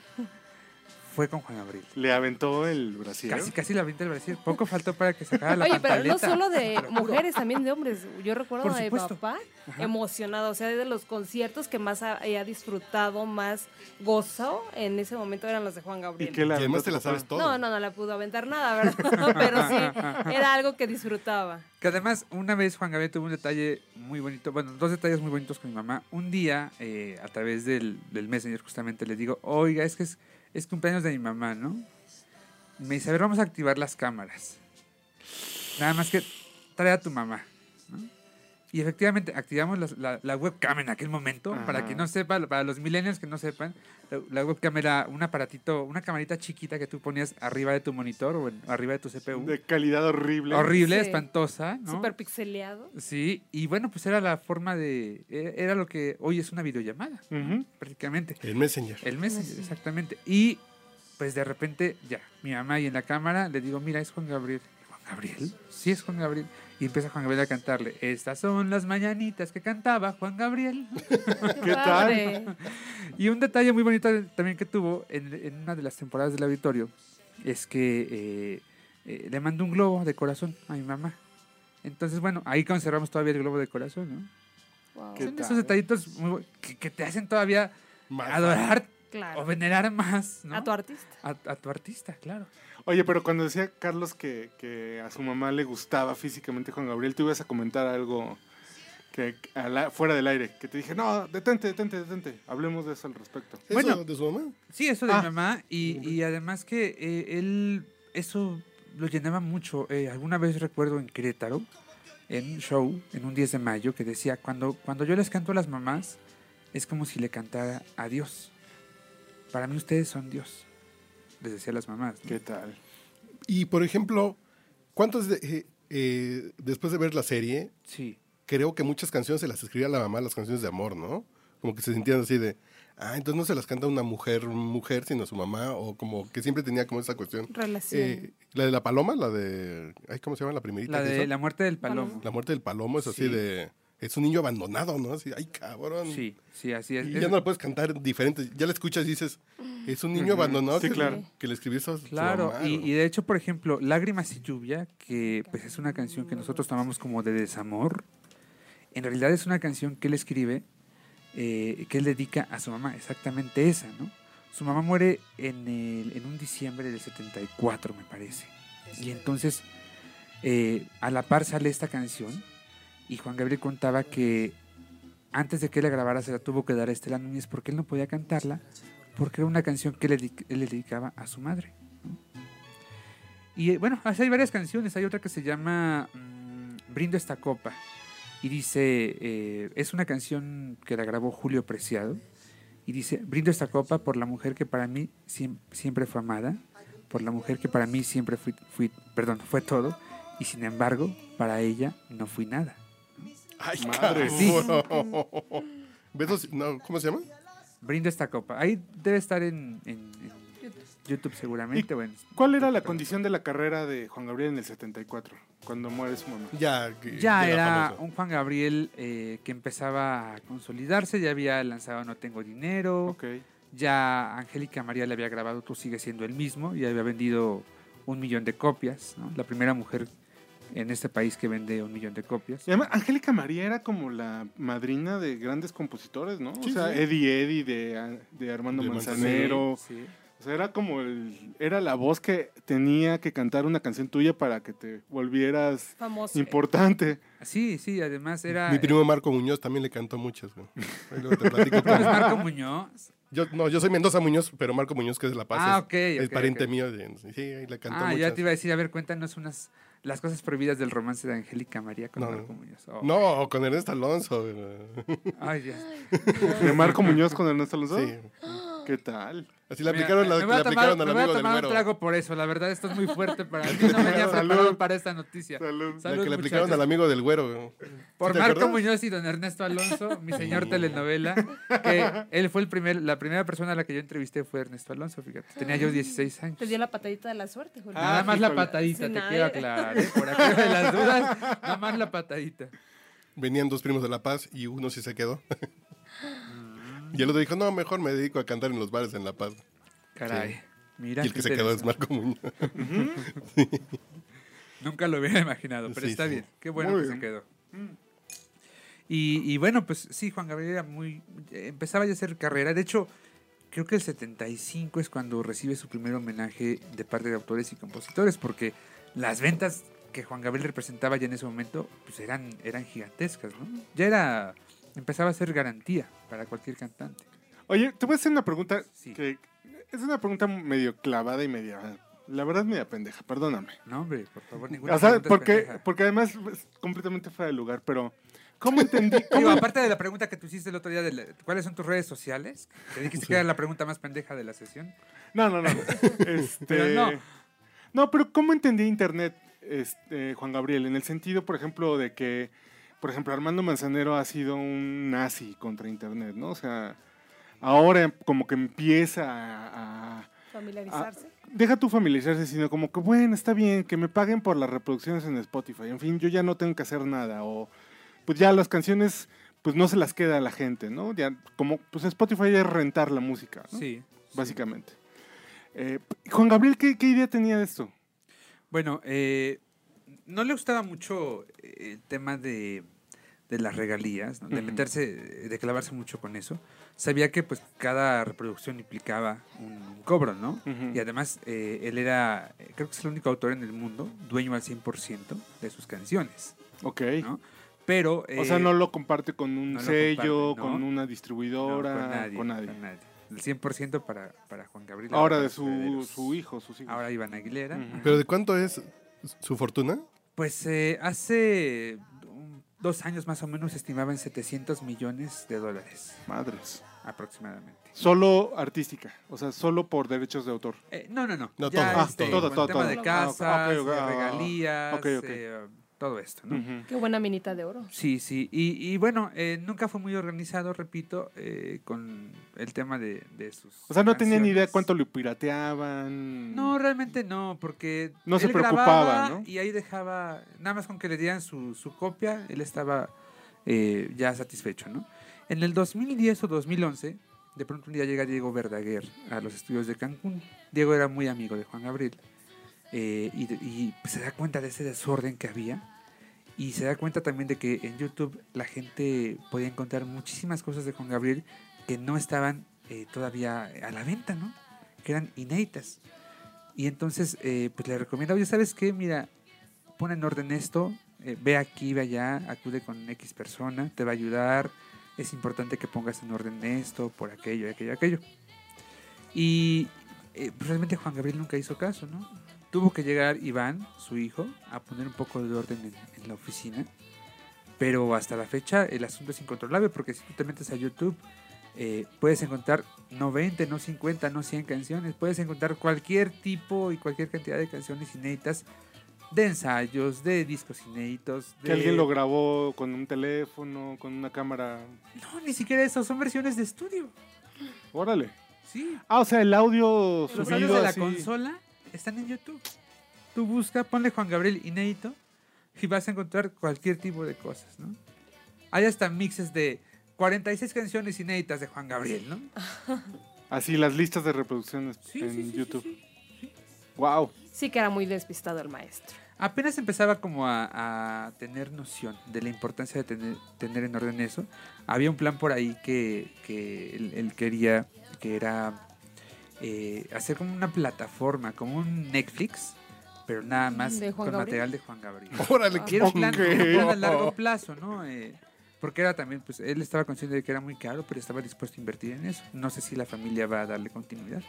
E: fue con Juan Gabriel.
B: Le aventó el brasier.
E: Casi, casi la avienta el Brasil. Poco faltó para que sacara la
D: Oye, pero no
E: pantaleta.
D: solo
E: Te
D: de
E: lo juro.
D: mujeres, también de hombres. Yo recuerdo
E: Por
D: a mi
E: supuesto.
D: papá emocionado, o sea, de los conciertos que más ha, ha disfrutado, más gozó en ese momento eran los de Juan
B: ¿Y
D: Gabriel.
B: qué
C: Y
B: le aventó
C: además te
B: tu
C: la
B: papá?
C: sabes todo.
D: No, no, no la pudo aventar nada, ¿verdad? *laughs* Pero sí, era algo que disfrutaba.
E: Que además, una vez Juan Gabriel tuvo un detalle muy bonito, bueno, dos detalles muy bonitos con mi mamá. Un día, eh, a través del, del Messenger, justamente le digo, oiga, es que es, es cumpleaños de mi mamá, ¿no? Y me dice, a ver, vamos a activar las cámaras. Nada más que trae a tu mamá, ¿no? Y efectivamente, activamos las- la, la webcam en aquel momento,
B: Ajá.
E: para que no sepa, para los millennials que no sepan, la, la webcam era un aparatito, una camarita chiquita que tú ponías arriba de tu monitor o en- arriba de tu CPU.
B: De calidad horrible.
E: Horrible,
D: Sí.
E: espantosa, ¿no?
D: Súper pixeleado.
E: Sí, y bueno, pues era la forma de. e- Era lo que hoy es una videollamada,
B: Ujú.
E: prácticamente.
C: El Messenger.
E: El Messenger, exactamente. Y pues de repente, ya, mi mamá ahí en la cámara le digo, mira, es Juan Gabriel. ¿Juan Gabriel? Sí, es Juan Gabriel. Y empieza Juan Gabriel a cantarle, estas son las mañanitas que cantaba Juan Gabriel.
B: ¿Qué
D: padre.
E: Y un detalle muy bonito también que tuvo en, en una de las temporadas del auditorio es que eh, eh, le mandó un globo de corazón a mi mamá. Entonces, bueno, ahí conservamos todavía el globo de corazón, ¿no?
D: Wow.
B: ¿Qué
E: Son
B: tal?
E: esos detallitos muy bu- que, que te hacen todavía
C: Más.
E: adorar o
D: Claro.
E: venerar más ¿no?
D: A tu artista.
E: a, a tu artista, claro.
B: Oye, pero cuando decía Carlos que, que a su mamá le gustaba físicamente Juan Gabriel, tú ibas a comentar algo que al a- fuera del aire, que te dije, no, detente, detente, detente, hablemos de eso al respecto.
C: ¿Eso
E: Bueno.
C: de su mamá?
E: Sí, eso de
B: Ah.
E: mi mamá y, y además que eh, él eso lo llenaba mucho. Eh, alguna vez recuerdo en Querétaro, en un show, en un 10 de mayo, que decía, cuando, cuando yo les canto a las mamás, es como si le cantara a Dios. Para mí ustedes son Dios, les decía a las mamás. ¿no?
B: ¿Qué tal?
C: Y por ejemplo, ¿cuántos de- eh, eh, después de ver la serie
E: Sí.
C: creo que muchas canciones se las escribía la mamá, las canciones de amor, ¿no? Como que se sentían así de, ah, entonces no se las canta una mujer, mujer, sino su mamá, o como que siempre tenía como esa cuestión.
D: Relación.
C: Eh, la de la paloma, la de, ay, ¿cómo se llama la primerita?
E: La
C: que
E: de
C: hizo?
E: la muerte del palomo.
C: La muerte del palomo es así
E: Sí.
C: de, es un niño abandonado, ¿no? Así, ay, cabrón.
E: Sí, sí, así es.
C: Y
E: Es-
C: ya no la puedes cantar diferente. Ya la escuchas y dices, es un niño abandonado
B: Sí,
C: que,
B: claro.
C: que le escribió eso. a su
E: Claro,
C: mamá,
E: y,
C: ¿no?
E: y de hecho, por ejemplo, Lágrimas y Lluvia, que pues es una canción que nosotros tomamos como de desamor, en realidad es una canción que él escribe, eh, que él dedica a su mamá, exactamente esa, ¿no? Su mamá muere en, el- en un diciembre del 74, me parece. Y entonces, eh, a la par sale esta canción, y Juan Gabriel contaba que antes de que él la grabara se la tuvo que dar a Estela Núñez porque él no podía cantarla, porque era una canción que él le dedic- él le dedicaba a su madre. Y eh, bueno, así hay varias canciones. Hay otra que se llama mm, Brindo esta copa. Y dice, eh, es una canción que la grabó Julio Preciado. Y dice, brindo esta copa por la mujer que para mí siem- siempre fue amada, por la mujer que para mí siempre fui, fui- perdón, fue todo, y sin embargo, para ella no fui nada.
C: Ay,
B: Madre.
C: cabrón. Besos, no, ¿cómo se llama?
E: Brindo esta copa. Ahí debe estar en, en- en YouTube seguramente. o en-
B: ¿Cuál era la condición de la carrera de Juan Gabriel en el 74, cuando muere su mamá?
C: Ya, que-
E: Ya
C: que
E: era
C: eh, famosa.
E: un Juan Gabriel eh, que empezaba a consolidarse, ya había lanzado No Tengo Dinero,
B: Ok.
E: ya Angélica María le había grabado Tú sigues siendo el mismo y había vendido un millón de copias, ¿no? la primera mujer en este país que vende un millón de copias.
B: Y además, Angélica María era como la madrina de grandes compositores, ¿no?
C: Sí,
B: o sea,
C: sí.
B: Eddie Eddie de, de Armando
C: De
B: Manzanero.
E: Sí, sí.
B: O sea, era como el, era la voz que tenía que cantar una canción tuya para que te volvieras
D: Famoso.
B: importante.
E: Ah, Sí, sí, además era...
C: Mi primo Marco Muñoz también le cantó muchas, güey. Ahí luego te
E: *laughs*
C: platico,
E: ¿Tú eres
C: pero- *laughs*
E: Marco Muñoz?
C: yo, no, yo soy Mendoza Muñoz, pero Marco Muñoz, que es de La Paz,
E: Ah,
C: es,
E: ok,
C: es
E: ok,
C: pariente
E: ok.
C: mío. de- sí, ahí le cantó
E: Ah,
C: muchas.
E: ya te iba a decir, a ver, cuéntanos unas... Las cosas prohibidas del romance de Angélica María con
C: No,
E: Marco Muñoz. Oh,
C: No, con Ernesto Alonso. güey.
E: Ay, Dios.
B: De
E: *laughs*
B: Marco Muñoz con Ernesto Alonso.
C: Sí.
B: ¿Qué tal?
C: Así le
E: Mira,
C: aplicaron, la,
E: me voy a
C: le
E: tomar-
C: aplicaron
E: me
C: al
E: voy a
C: amigo del
E: tomar
C: güero.
E: un trago por eso, la verdad, esto es muy
C: *laughs*
E: fuerte para mí. No venía
B: Salud.
E: preparado para esta noticia.
B: Salud.
C: La que le
E: muchachos.
C: aplicaron al amigo del güero. güey.
E: Por
C: ¿Te
E: Marco
C: acuerdas?
E: Muñoz y don Ernesto Alonso, mi señor
C: Sí.
E: telenovela, que él fue el primer, la primera persona a la que yo entrevisté fue Ernesto Alonso, fíjate. Tenía yo 16 años.
D: Ah. Te dio la patadita de la suerte, Julio.
E: Nada más la
B: híjole.
E: patadita,
D: Sí,
E: te
D: nada.
E: quiero aclarar, ¿eh? por aquello de las dudas, nada más la patadita.
C: Venían dos primos de La Paz y uno sí se quedó.
E: Mm.
C: y el otro dijo, no, mejor me dedico a cantar en los bares en La Paz.
E: Caray, mira.
C: y el que
E: qué
C: se quedó es Marco
E: interesante.
C: Muñoz.
E: Nunca lo hubiera *laughs* imaginado, pero
C: Sí,
E: está
C: sí.
E: bien. Qué bueno
B: Muy
E: que
B: bien.
E: se quedó. Mm. Y, y bueno, pues sí, Juan Gabriel era muy. eh, Empezaba ya a hacer carrera. De hecho, creo que el 75 es cuando recibe su primer homenaje de parte de autores y compositores, porque las ventas que Juan Gabriel representaba ya en ese momento pues eran, eran gigantescas, ¿no? Ya era. Empezaba a ser garantía para cualquier cantante.
B: Oye, te voy a hacer una pregunta
E: Sí.
B: que es una pregunta medio clavada y media, la verdad media pendeja, perdóname.
E: No, hombre, por favor, ninguna.
B: O sea,
E: pregunta es
B: porque,
E: pendeja.
B: porque además es completamente fuera de lugar, pero ¿cómo entendí?
E: *laughs* Digo,
B: ¿Cómo,
E: aparte de la pregunta que tú hiciste el otro día de la- cuáles son tus redes sociales, te dijiste que era la pregunta más pendeja de la sesión.
B: No, no, no. Este,
E: *laughs* Pero no.
B: no, pero ¿cómo entendía Internet, este, Juan Gabriel? En el sentido, por ejemplo, de que, por ejemplo, Armando Manzanero ha sido un nazi contra Internet, ¿no? O sea, ahora como que empieza a... a-
D: Familiarizarse.
B: deja tu familiarizarse, sino como que, bueno, está bien, que me paguen por las reproducciones en Spotify. En fin, yo ya no tengo que hacer nada. O, pues ya las canciones, pues no se las queda a la gente, ¿no? Ya, como, pues Spotify es rentar la música, ¿no?
E: Sí.
B: básicamente. Eh, Juan Gabriel, ¿qué, qué idea tenía de esto?
E: Bueno, eh, no le gustaba mucho eh, el tema de, de las regalías, ¿no? de
B: Ujú.
E: meterse, de clavarse mucho con eso. Sabía que pues cada reproducción implicaba un cobro, ¿no?
B: Ujú.
E: Y además eh, él era, eh, creo que es el único autor en el mundo, dueño al 100% de sus canciones,
B: Ok.
E: ¿no? Pero...
B: o sea,
E: eh,
B: no lo comparte con un
E: no lo
B: sello,
E: comparte, ¿no?
B: con una
E: No,
B: distribuidora,
E: con nadie.
B: con nadie.
E: con nadie. El 100% para, para Juan Gabriel.
B: Ahora
E: para
B: de
E: sus herederos.
B: su, su hijo, sus hijos.
E: Ahora Iván Aguilera.
B: Ujú.
C: ¿Pero de cuánto es su fortuna?
E: Pues eh, hace un- dos años más o menos se estimaba en 700 millones de dólares
B: Madres.
E: aproximadamente.
B: Solo artística, o sea, solo por derechos de autor.
E: Eh, no, no, no.
C: No,
E: Ya,
C: todo,
E: este,
C: todo,
E: con
B: Ah, todo,
E: tema
B: todo.
E: de
B: Ah, ok,
E: casas,
B: ok,
E: de
B: ah,
E: regalías,
B: ok, ok.
E: eh, todo esto, ¿no?
B: Ujú.
D: Qué buena minita de oro.
E: Sí, sí. Y, y bueno, eh, nunca fue muy organizado, repito, eh, con el tema de, de sus.
B: O sea, no tenían ni idea
E: canciones.
B: cuánto lo pirateaban.
E: No, realmente no, porque.
B: No se
E: él
B: preocupaba,
E: grababa
B: ¿no?
E: Y ahí dejaba. Nada más con que le dieran su, su copia, él estaba eh, ya satisfecho, ¿no? En el 2010 o 2011, de pronto un día llega Diego Verdaguer a los estudios de Cancún. Diego era muy amigo de Juan Gabriel. eh, y de- y, pues, se da cuenta de ese desorden que había. Y se da cuenta también de que en YouTube la gente podía encontrar muchísimas cosas de Juan Gabriel que no estaban eh, todavía a la venta, ¿no? Que eran inéditas. Y entonces, eh, pues le recomiendo, oye, ¿sabes qué? Mira, pon en orden esto, eh, ve aquí, ve allá, acude con X persona, te va a ayudar, es importante que pongas en orden esto, por aquello, aquello, aquello. Y eh, pues, realmente Juan Gabriel nunca hizo caso, ¿no? Tuvo que llegar Iván, su hijo, a poner un poco de orden en, en la oficina, pero hasta la fecha el asunto es incontrolable porque si tú te metes a YouTube, eh, puedes encontrar no 20, no 50, no 100 canciones, puedes encontrar cualquier tipo y cualquier cantidad de canciones inéditas, de ensayos, de discos inéditos.
B: Que
E: de-
B: alguien lo grabó con un teléfono, con una cámara.
E: No, ni siquiera eso, son versiones de estudio.
B: Órale.
E: Sí,
B: Ah, o sea, el audio
E: los
B: subido
E: audios de la
B: así.
E: consola están en YouTube. Tú busca, ponle Juan Gabriel inédito y vas a encontrar cualquier tipo de cosas, ¿no? Hay hasta mixes de 46 canciones inéditas de Juan Gabriel, ¿no?
D: Ah,
B: Así, las listas de reproducciones
E: Sí,
B: en
E: sí, sí, sí,
B: YouTube.
E: sí.
B: Wow.
D: Sí que era muy despistado el maestro.
E: apenas empezaba como a, a tener noción de la importancia de tener, tener en orden eso. Había un plan por ahí que, que él, él quería, que era eh, hacer como una plataforma, como un Netflix, pero nada más
D: ¿De
E: con
D: Juan Gabriel?
E: material de Juan Gabriel.
D: Ah,
C: Órale,
E: Y Ah, era un plan,
B: Ok.
E: un plan a largo plazo, ¿no? Eh, porque era también, pues él estaba consciente de que era muy caro, pero estaba dispuesto a invertir en eso. No sé si la familia va a darle continuidad.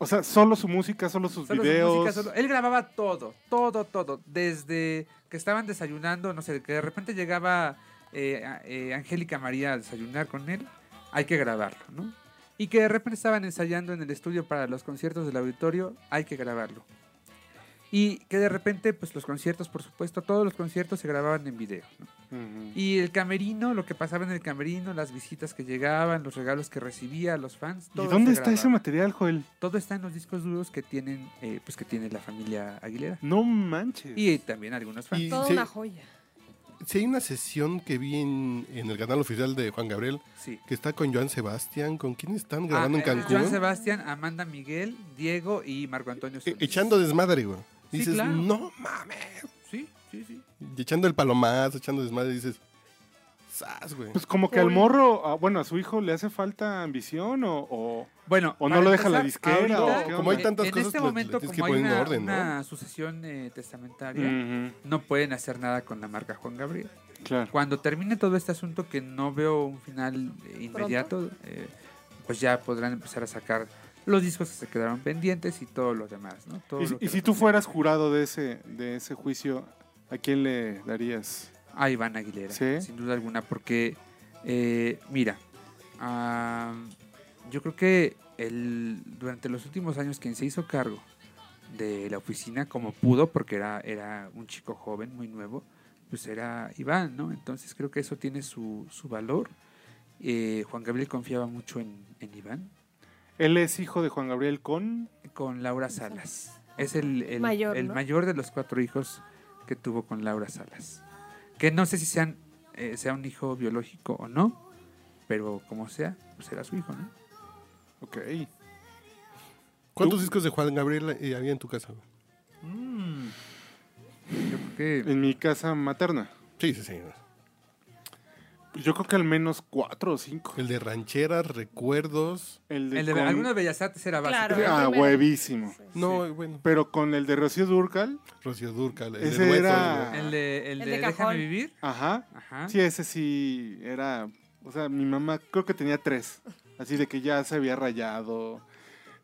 B: O sea, solo su música, solo sus
E: Solo su
B: videos.
E: música, solo- Él grababa todo, todo, todo. Desde que estaban desayunando, no sé, que de repente llegaba eh, a- eh, Angélica María a desayunar con él, hay que grabarlo, ¿no? Y que de repente estaban ensayando en el estudio para los conciertos del auditorio, hay que grabarlo. Y que de repente, pues los conciertos, por supuesto, todos los conciertos se grababan en video, ¿no?
B: Ujú.
E: Y el camerino, lo que pasaba en el camerino, las visitas que llegaban, los regalos que recibía, los fans,
B: ¿Y
E: todo
B: dónde
E: se
B: está ese
E: grababa.
B: material, Joel?
E: Todo está en los discos duros que tienen, eh, pues que tiene la familia Aguilera.
B: No manches.
E: Y también algunos fans.
C: Y
D: Toda
C: sí,
D: una joya.
C: sí hay una sesión que vi en, en el canal oficial de Juan Gabriel
E: Sí.
C: que está con Joan Sebastián. ¿Con quién están grabando en
E: Ah, eh,
C: Cancún?
E: Joan Sebastián, Amanda Miguel, Diego y Marco
C: E-
E: Antonio. Solís.
C: Echando desmadre, güey.
E: Sí,
C: Dices,
E: claro.
C: no mames.
E: Sí, sí, sí.
C: Y echando el palomazo, echando desmadre, dices, sas, güey.
B: Pues como que al
D: Joel.
B: morro, ah, bueno, a su hijo le hace falta ambición o... o-
E: Bueno,
B: ¿O no
E: para
B: lo deja la
E: empezar,
B: disquera,
E: ahorita,
B: o qué
C: Como hay
E: eh,
C: tantas
E: en
C: cosas,
E: este
C: pues, le
E: momento,
C: tienes que
E: como hay
C: poner en
E: una,
C: orden, ¿no? Mm.
E: una sucesión eh, testamentaria,
B: Ujú,
E: no pueden hacer nada con la marca Juan Gabriel.
B: Claro.
E: Cuando termine todo este asunto, que no veo un final eh, inmediato, eh, pues ya podrán empezar a sacar los discos que se quedaron pendientes y todo lo demás, ¿no? Todo
B: Y, si-
E: lo que
B: y si tú
E: representa.
B: fueras jurado de ese, de ese juicio, ¿a quién le darías?
E: A Iván Aguilera,
B: Sí.
E: sin duda alguna, porque, eh, mira, ah, yo creo que él, durante los últimos años quien se hizo cargo de la oficina como pudo, porque era, era un chico joven, muy nuevo, pues era Iván, ¿no? Entonces creo que eso tiene su, su valor. Eh, Juan Gabriel confiaba mucho en, en Iván,
B: Él es hijo de Juan Gabriel con...
E: con Laura Salas. Es el, el-
D: Mayor,
E: el
D: ¿no?
E: mayor de los cuatro hijos que tuvo con Laura Salas. Que no sé si sean, eh, sea un hijo biológico o no, pero como sea, pues era su hijo, ¿no?
B: Ok.
C: ¿Cuántos discos de Juan Gabriel eh, había en tu casa? güey?
E: Yo creo que
B: En mi casa materna.
C: Sí, sí, sí.
B: Yo creo que al menos cuatro o cinco.
C: El de rancheras, recuerdos.
B: El de...
E: el de,
B: con-
E: alguno de Bellas Artes era básico.
D: Claro.
E: ¿no?
B: Ah,
D: primero.
B: huevísimo.
C: No, bueno,
B: Pero con el de Rocío Durcal,
C: Rocío Durcal. El
B: Ese
C: de dueto,
B: era-
C: güey.
E: El de, el
D: El
E: de
D: de
E: Déjame
D: cajón.
E: vivir.
B: ajá.
E: Ajá.
B: Ah. Sí, ese sí era. O sea, mi mamá creo que tenía tres. Así de que ya se había rayado.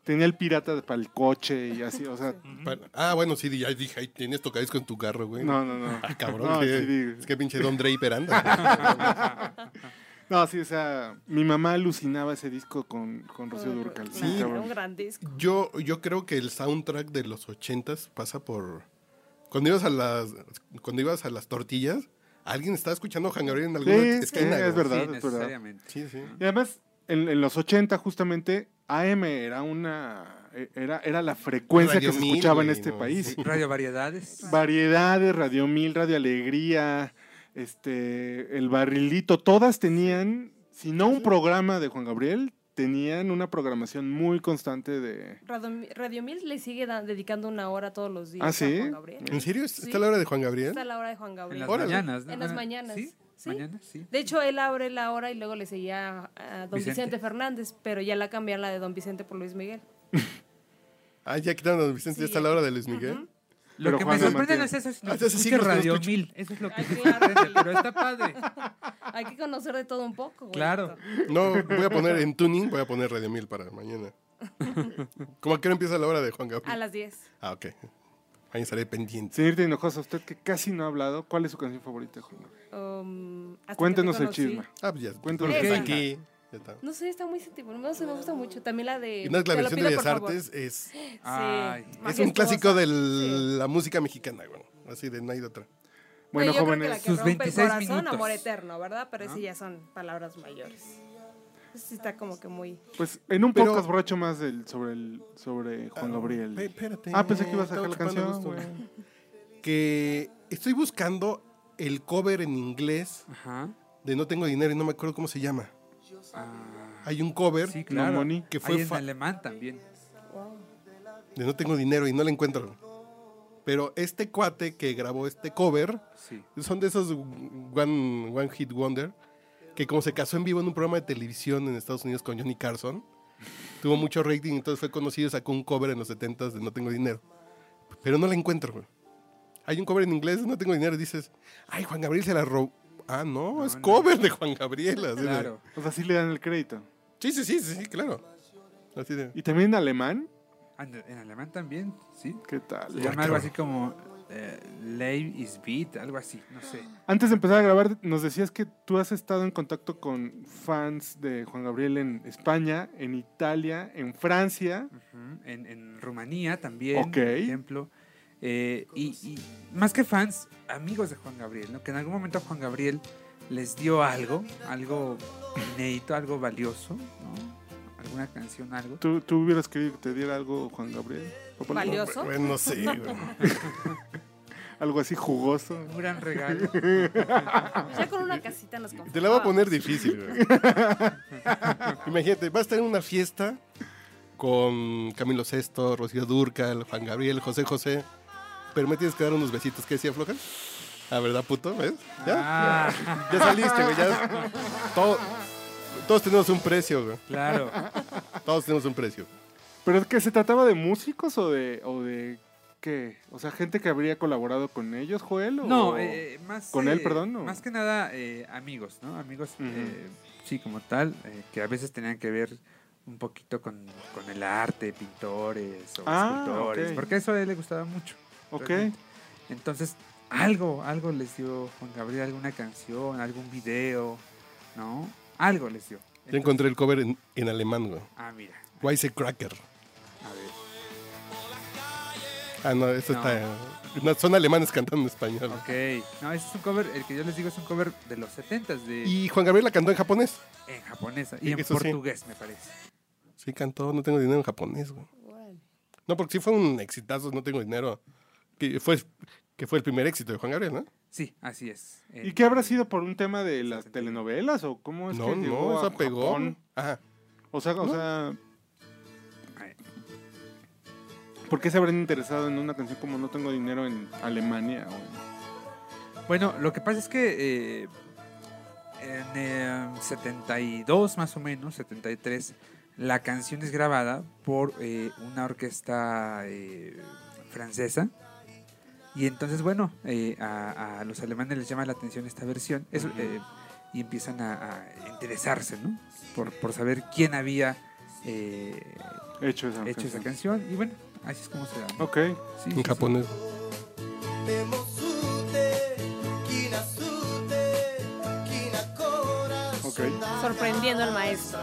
B: Tenía el pirata para el coche y así.
C: *laughs*
B: O sea,
C: Pa- Ah, bueno, sí, ya dije, ahí tienes tocadisco en tu carro, güey.
B: no, no, no.
C: Ah, cabrón.
B: No,
C: que-
B: sí, digo.
C: es que pinche Don
B: *laughs*
C: Draper anda.
B: No, sí, o sea, mi mamá alucinaba ese disco con, con Rocío Durcal.
D: Claro,
B: Sí,
D: un
B: cabrón.
D: gran disco.
C: yo, yo creo que el soundtrack de los ochentas pasa por, Cuando ibas a las, cuando ibas a las tortillas, alguien estaba escuchando Juan Gabriel en
B: Sí,
C: alguna
B: sí,
C: esquina.
B: es
C: güey.
B: verdad,
E: sí,
B: es verdad.
E: necesariamente.
C: Sí, sí.
B: Y además, en, en los 80 justamente, AM era una e- era, era la frecuencia
C: Radio
B: que se
C: Mil,
B: escuchaba en
C: güey,
B: este
C: no,
B: país.
C: sí.
E: Radio Variedades.
B: Variedades, Radio Mil, Radio Alegría, este, El Barrilito, todas tenían, si no un programa de Juan Gabriel, tenían una programación muy constante de...
D: Radio, Radio Mil le sigue da- dedicando una hora todos los días
B: ¿Ah,
D: a
B: sí?
D: Juan Gabriel.
C: ¿En serio?
D: Sí.
C: ¿Está la hora de Juan Gabriel?
D: Está la hora de Juan
E: En
D: Gabriel.
E: las
C: Órale.
E: mañanas. ¿no?
D: En las mañanas,
E: ¿Sí?
D: sí.
E: Mañana, sí.
D: De hecho, él abre la hora y luego le seguía a a don
E: Vicente.
D: Vicente. Fernández, pero ya la cambiaron la de don Vicente por Luis Miguel.
C: Ah, ya quitaron a Vicente, ya está la hora de Luis Miguel.
E: Lo
B: Pero
E: que
B: Juan
E: me
B: lo
E: sorprende no es
B: mantiene.
E: eso, sino
C: Ah,
E: que
C: hace
E: escuche
C: siglos que no
E: Radio
C: escucho.
E: Mil. Eso es lo que
D: Ay,
E: me
D: claro.
E: sorprende, pero está padre.
D: *laughs* Hay que conocer de todo un poco. güey.
E: Claro.
C: No, voy a poner en tuning, voy a poner Radio Mil para
D: *laughs*
C: mañana. ¿Cómo que no empieza la hora de Juan
D: A
C: Gabriel?
D: las 10.
C: Ah, ok. Ahí estaré pendiente.
B: Señorita Hinojosa, usted que casi no ha hablado, ¿cuál es su canción favorita, de Juan Gabriel?
D: Um, hasta que te
B: Cuéntenos el
D: conocí.
B: chisme.
C: Ah, pues ya.
B: Cuéntanos.
C: Está
E: ¿Qué?
C: aquí. Ya está.
D: No sé, está muy sentimental. No sé, me gusta mucho. También la de.
C: Y no es la
D: Te lo
C: versión de
D: pido,
C: Bellas
D: por favor.
C: Artes, es,
D: Sí,
E: Ay, es un
C: es un
D: majestuosa.
C: clásico de
D: Sí.
C: la música mexicana, güey. Así de no hay de otra.
B: Bueno,
D: Pero yo creo que
B: jóvenes,
D: la que
E: Sus
D: rompe el
E: 26
D: corazón,
E: minutos.
D: amor eterno, ¿verdad? Pero sí
E: ¿No?
D: ya son palabras mayores. Eso sí está como que muy...
B: pues en un
C: Pero-
B: podcast borracho más del, sobre, el, sobre Juan Gabriel.
C: Ah, espérate.
B: Ah, pensé que ibas a
C: Estaba
B: sacar la
C: chupando
B: canción,
C: gusto.
B: güey.
C: Que estoy buscando el cover en inglés
E: Ajá.
C: de No Tengo Dinero y no me acuerdo cómo se llama.
E: Ah,
C: Hay un cover
E: sí, claro.
B: No money.
C: que
E: Ahí
C: fue
E: en
C: fa-
E: alemán también.
C: de No Tengo Dinero y no la encuentro. Pero este cuate que grabó este cover
E: Sí.
C: son de esos one, one Hit Wonder que como se casó en vivo en un programa de televisión en Estados Unidos con Johnny Carson, tuvo mucho rating, entonces fue conocido y sacó un cover en los 70s de No Tengo Dinero. Pero no la encuentro, güey. Hay un cover en inglés, de no tengo dinero, y dices, ay, Juan Gabriel se la robó. Ah, no,
E: No,
C: es
E: no.
C: cover de Juan Gabriel. así de-
E: Claro.
B: O sea, sí le dan el crédito.
C: Sí, sí, sí, sí, sí, claro. Así de,
B: Y también en alemán,
E: Ande- En alemán también, sí.
B: ¿qué tal?
E: Se llama algo así como eh, Leib is Beat, algo así, no sé.
B: Antes de empezar a grabar, nos decías que tú has estado en contacto con fans de Juan Gabriel en España, en Italia, en Francia.
E: Ujú, En, en Rumanía también,
B: Ok.
E: por ejemplo. Eh, y, y más que fans, amigos de Juan Gabriel, ¿no? Que en algún momento Juan Gabriel les dio algo, algo inédito, algo valioso, ¿no? Alguna canción, algo.
B: ¿Tú, tú hubieras querido que te diera algo, Juan Gabriel? Papá, ¿no?
D: Valioso.
C: bueno, no sé, güey.
B: Algo así jugoso.
E: Un gran
C: *laughs*
E: regalo.
D: Ya con una casita nos conformamos.
C: Te la voy a poner difícil, güey. *laughs* Imagínate, vas a estar en una fiesta con Camilo Sesto, Rocío Durcal, Juan Gabriel, José José. Pero me tienes que dar unos besitos. ¿Qué decía Floja? Ah, ¿verdad, puto? ¿Ves? Ya,
E: Ah,
C: ya saliste, güey. Ya... Todo- Todos tenemos un precio, güey.
E: claro.
C: Todos tenemos un precio.
B: ¿Pero es que se trataba de músicos o de, o de qué? O sea, gente que habría colaborado con ellos, Joel? o-
E: No, eh, más.
B: ¿Con él,
E: eh,
B: perdón, o?
E: Más que nada eh, amigos, ¿no? Amigos,
B: Ujú.
E: eh, sí, como tal, eh, que a veces tenían que ver un poquito con, con el arte, pintores o
B: Ah,
E: escultores,
B: ok.
E: porque eso a él le gustaba mucho.
B: Ok.
E: realmente. Entonces, algo, algo les dio Juan Gabriel, alguna canción, algún video, ¿no? Algo les dio.
C: Yo encontré el cover en, en alemán, güey.
E: Ah, mira,
C: Wise Cracker.
E: a ver.
C: Ah, no, eso
E: No.
C: está. no, son alemanes cantando en español.
E: Ok. No, ese es un cover, el que yo les digo es un cover de los 70s, de,
C: Y Juan Gabriel la cantó en japonés.
E: en japonesa y en
C: Eso sí.
E: portugués, me parece.
C: Sí, cantó, no tengo dinero en japonés, güey.
D: Órale.
C: No, porque sí fue un exitazo, no tengo dinero. Que fue, que fue el primer éxito de Juan Gabriel, ¿no?
E: Sí, así es.
B: ¿Y
E: En-
B: qué habrá sido por un tema de las telenovelas o cómo es
C: no,
B: que llegó
C: no,
B: a
C: esa pegó.
B: Japón?
C: Ajá.
B: O sea, o
C: ¿No?
B: sea,
E: Ay,
B: ¿por qué se habrán interesado en una canción como No tengo dinero en Alemania? o en-
E: Bueno, lo que pasa es que eh, en eh, 72 más o menos, 73, la canción es grabada por eh, una orquesta eh, francesa. Y entonces, bueno, eh, a, a los alemanes les llama la atención esta versión Eso, eh, y empiezan a, a interesarse, ¿no? Por, por saber quién había eh,
B: Hecho esa
E: hecho esa
B: canción.
E: canción. Y bueno, así es como se da. ¿no?
B: Ok.
E: Sí, sí,
C: En
E: sí.
C: japonés.
G: 目も吸うて気なすうて気なこらす
B: Ok.
D: Sorprendiendo al maestro.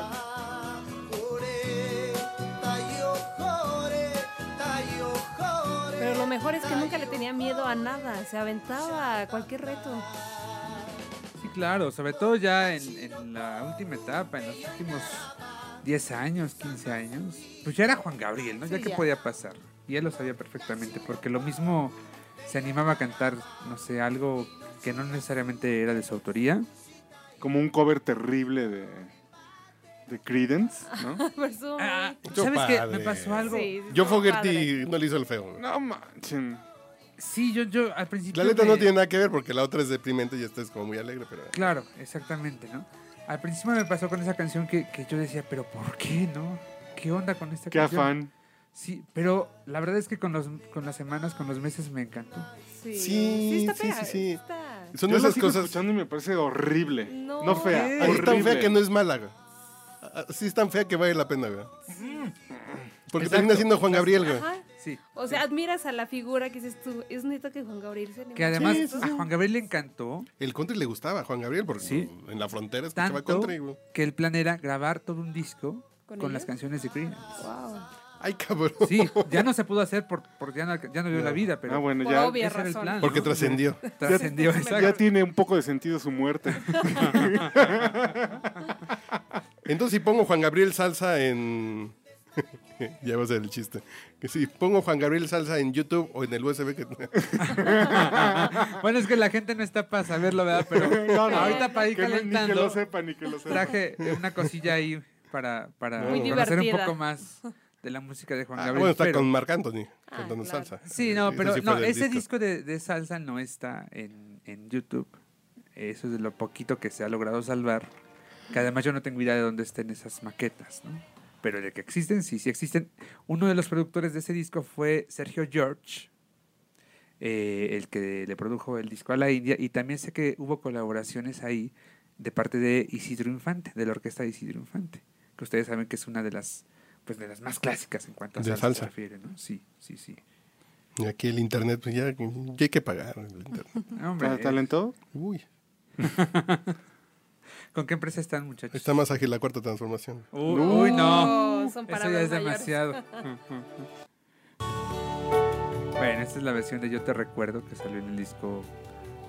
G: 俺太陽これ太陽これ
D: Pero lo mejor es que nunca le tenía miedo a nada, se aventaba a cualquier reto. *laughs*
E: Sí, claro, sobre todo ya en, en la última etapa, en los últimos 10 años, 15 años, pues ya era Juan Gabriel, ¿no?
D: Sí,
E: ya que
D: ya.
E: podía pasar. Y él lo sabía perfectamente, porque lo mismo se animaba a cantar, no sé, algo que no necesariamente era de su autoría.
B: Como un cover terrible de, de Credence,
E: *laughs*
B: ¿no?
D: Por su-
E: Ah,
C: Mucho
E: ¿Sabes qué? Me
C: padre.
E: pasó algo. Sí,
D: Sí, sí,
C: Yo
D: estuvo padre.
C: Fogerty no le hizo el feo.
B: No manchen.
E: yo, yo al principio...
C: La letra no
E: me-
C: tiene nada que ver porque la otra es deprimente y esta es como muy alegre, pero...
E: Claro, exactamente, ¿no? Al principio me pasó con esa canción que, que yo decía, pero ¿por qué, no? ¿Qué onda con esta
B: Qué
E: canción?
B: afán.
E: Sí, pero la verdad es que con, los, con las semanas, con los meses me encantó.
C: Sí,
D: Sí, sí, está
C: sí, sí,
D: pega-
C: sí.
D: está-
C: Son
B: Yo
C: de
B: la
C: esas
B: sigo
C: cosas...
B: escuchando y me parece horrible. No,
D: No.
B: fea,
E: ¿Qué?
C: Ahí
B: horrible.
C: es tan fea que no es mala, güey. Ah, Sí es tan fea que vale la pena, güey. Porque termina
E: Exacto.
C: siendo Juan Gabriel, güey.
D: Ajá.
E: Sí.
D: O sea, admiras a la figura que dices tú, es neta que Juan Gabriel se le
E: Que además
C: Sí, sí, sí.
E: a Juan Gabriel le encantó
C: El country le gustaba a Juan Gabriel porque
E: Sí.
C: en la frontera escuchaba
E: tanto
C: country, güey.
E: que el plan era grabar todo un disco
D: ¿Con
E: con, las
D: ellos?
E: canciones de Creedence.
D: Wow.
C: Ay, cabrón.
E: Sí, ya no se pudo hacer por, por ya, no, ya no dio la vida, pero
B: Ah, bueno,
D: Por
B: ya,
D: obvio.
E: ese era el
D: razón.
E: plan,
C: Porque
E: ¿no?
C: trascendió.
E: *laughs* Trascendió,
B: ya
E: exacto.
B: tiene un poco de sentido su
E: *laughs*
B: muerte.
C: Entonces, si pongo Juan Gabriel Salsa en. *laughs* ya va a ser el chiste. Que si pongo Juan Gabriel Salsa en YouTube o en el USB que.
E: Bueno, es que la gente no está para saberlo, ¿verdad? Pero
B: No, no,
E: ahorita para ir
B: que no- Ni que
E: calentando,
B: lo sepa, ni que lo sepa.
E: traje una cosilla ahí para, para
D: Muy
E: conocer un
D: divertida.
E: poco más de la música de
C: *laughs*
E: Juan
C: Ah,
E: Gabriel.
C: bueno, está
E: pero-
C: con Marc Anthony cantando
D: Ah, claro.
C: salsa. *laughs*
E: Sí, no,
C: Eso
E: pero
C: sí fue
E: no,
C: del
E: ese disco, de, de salsa no está en, en YouTube. Eso es de lo poquito que se ha logrado salvar. Que además yo no tengo idea de dónde estén esas maquetas, ¿no? Pero de que existen, sí, sí existen. Uno de los productores de ese disco fue Sergio George, eh, el que le produjo el disco a la India. Y también sé que hubo colaboraciones ahí de parte de Isidro Infante, de la orquesta de Isidro Infante, que ustedes saben que es una de las, pues, de las más clásicas en cuanto a
C: De
E: salsa,
C: salsa.
E: se refiere, ¿no? Sí, sí, sí.
C: Y aquí el internet, pues ya, ya hay que pagar el internet.
E: Hombre, eh,
B: ¿Está talento?
C: Uy,
E: ¿Con qué empresa están, muchachos?
C: está más ágil la cuarta transformación.
E: Uy, uy, no.
D: Oh, son
E: Eso ya
D: palabras
E: es
D: mayores.
E: demasiado.
D: *laughs*
E: bueno, esta es la versión de Yo Te Recuerdo que salió en el disco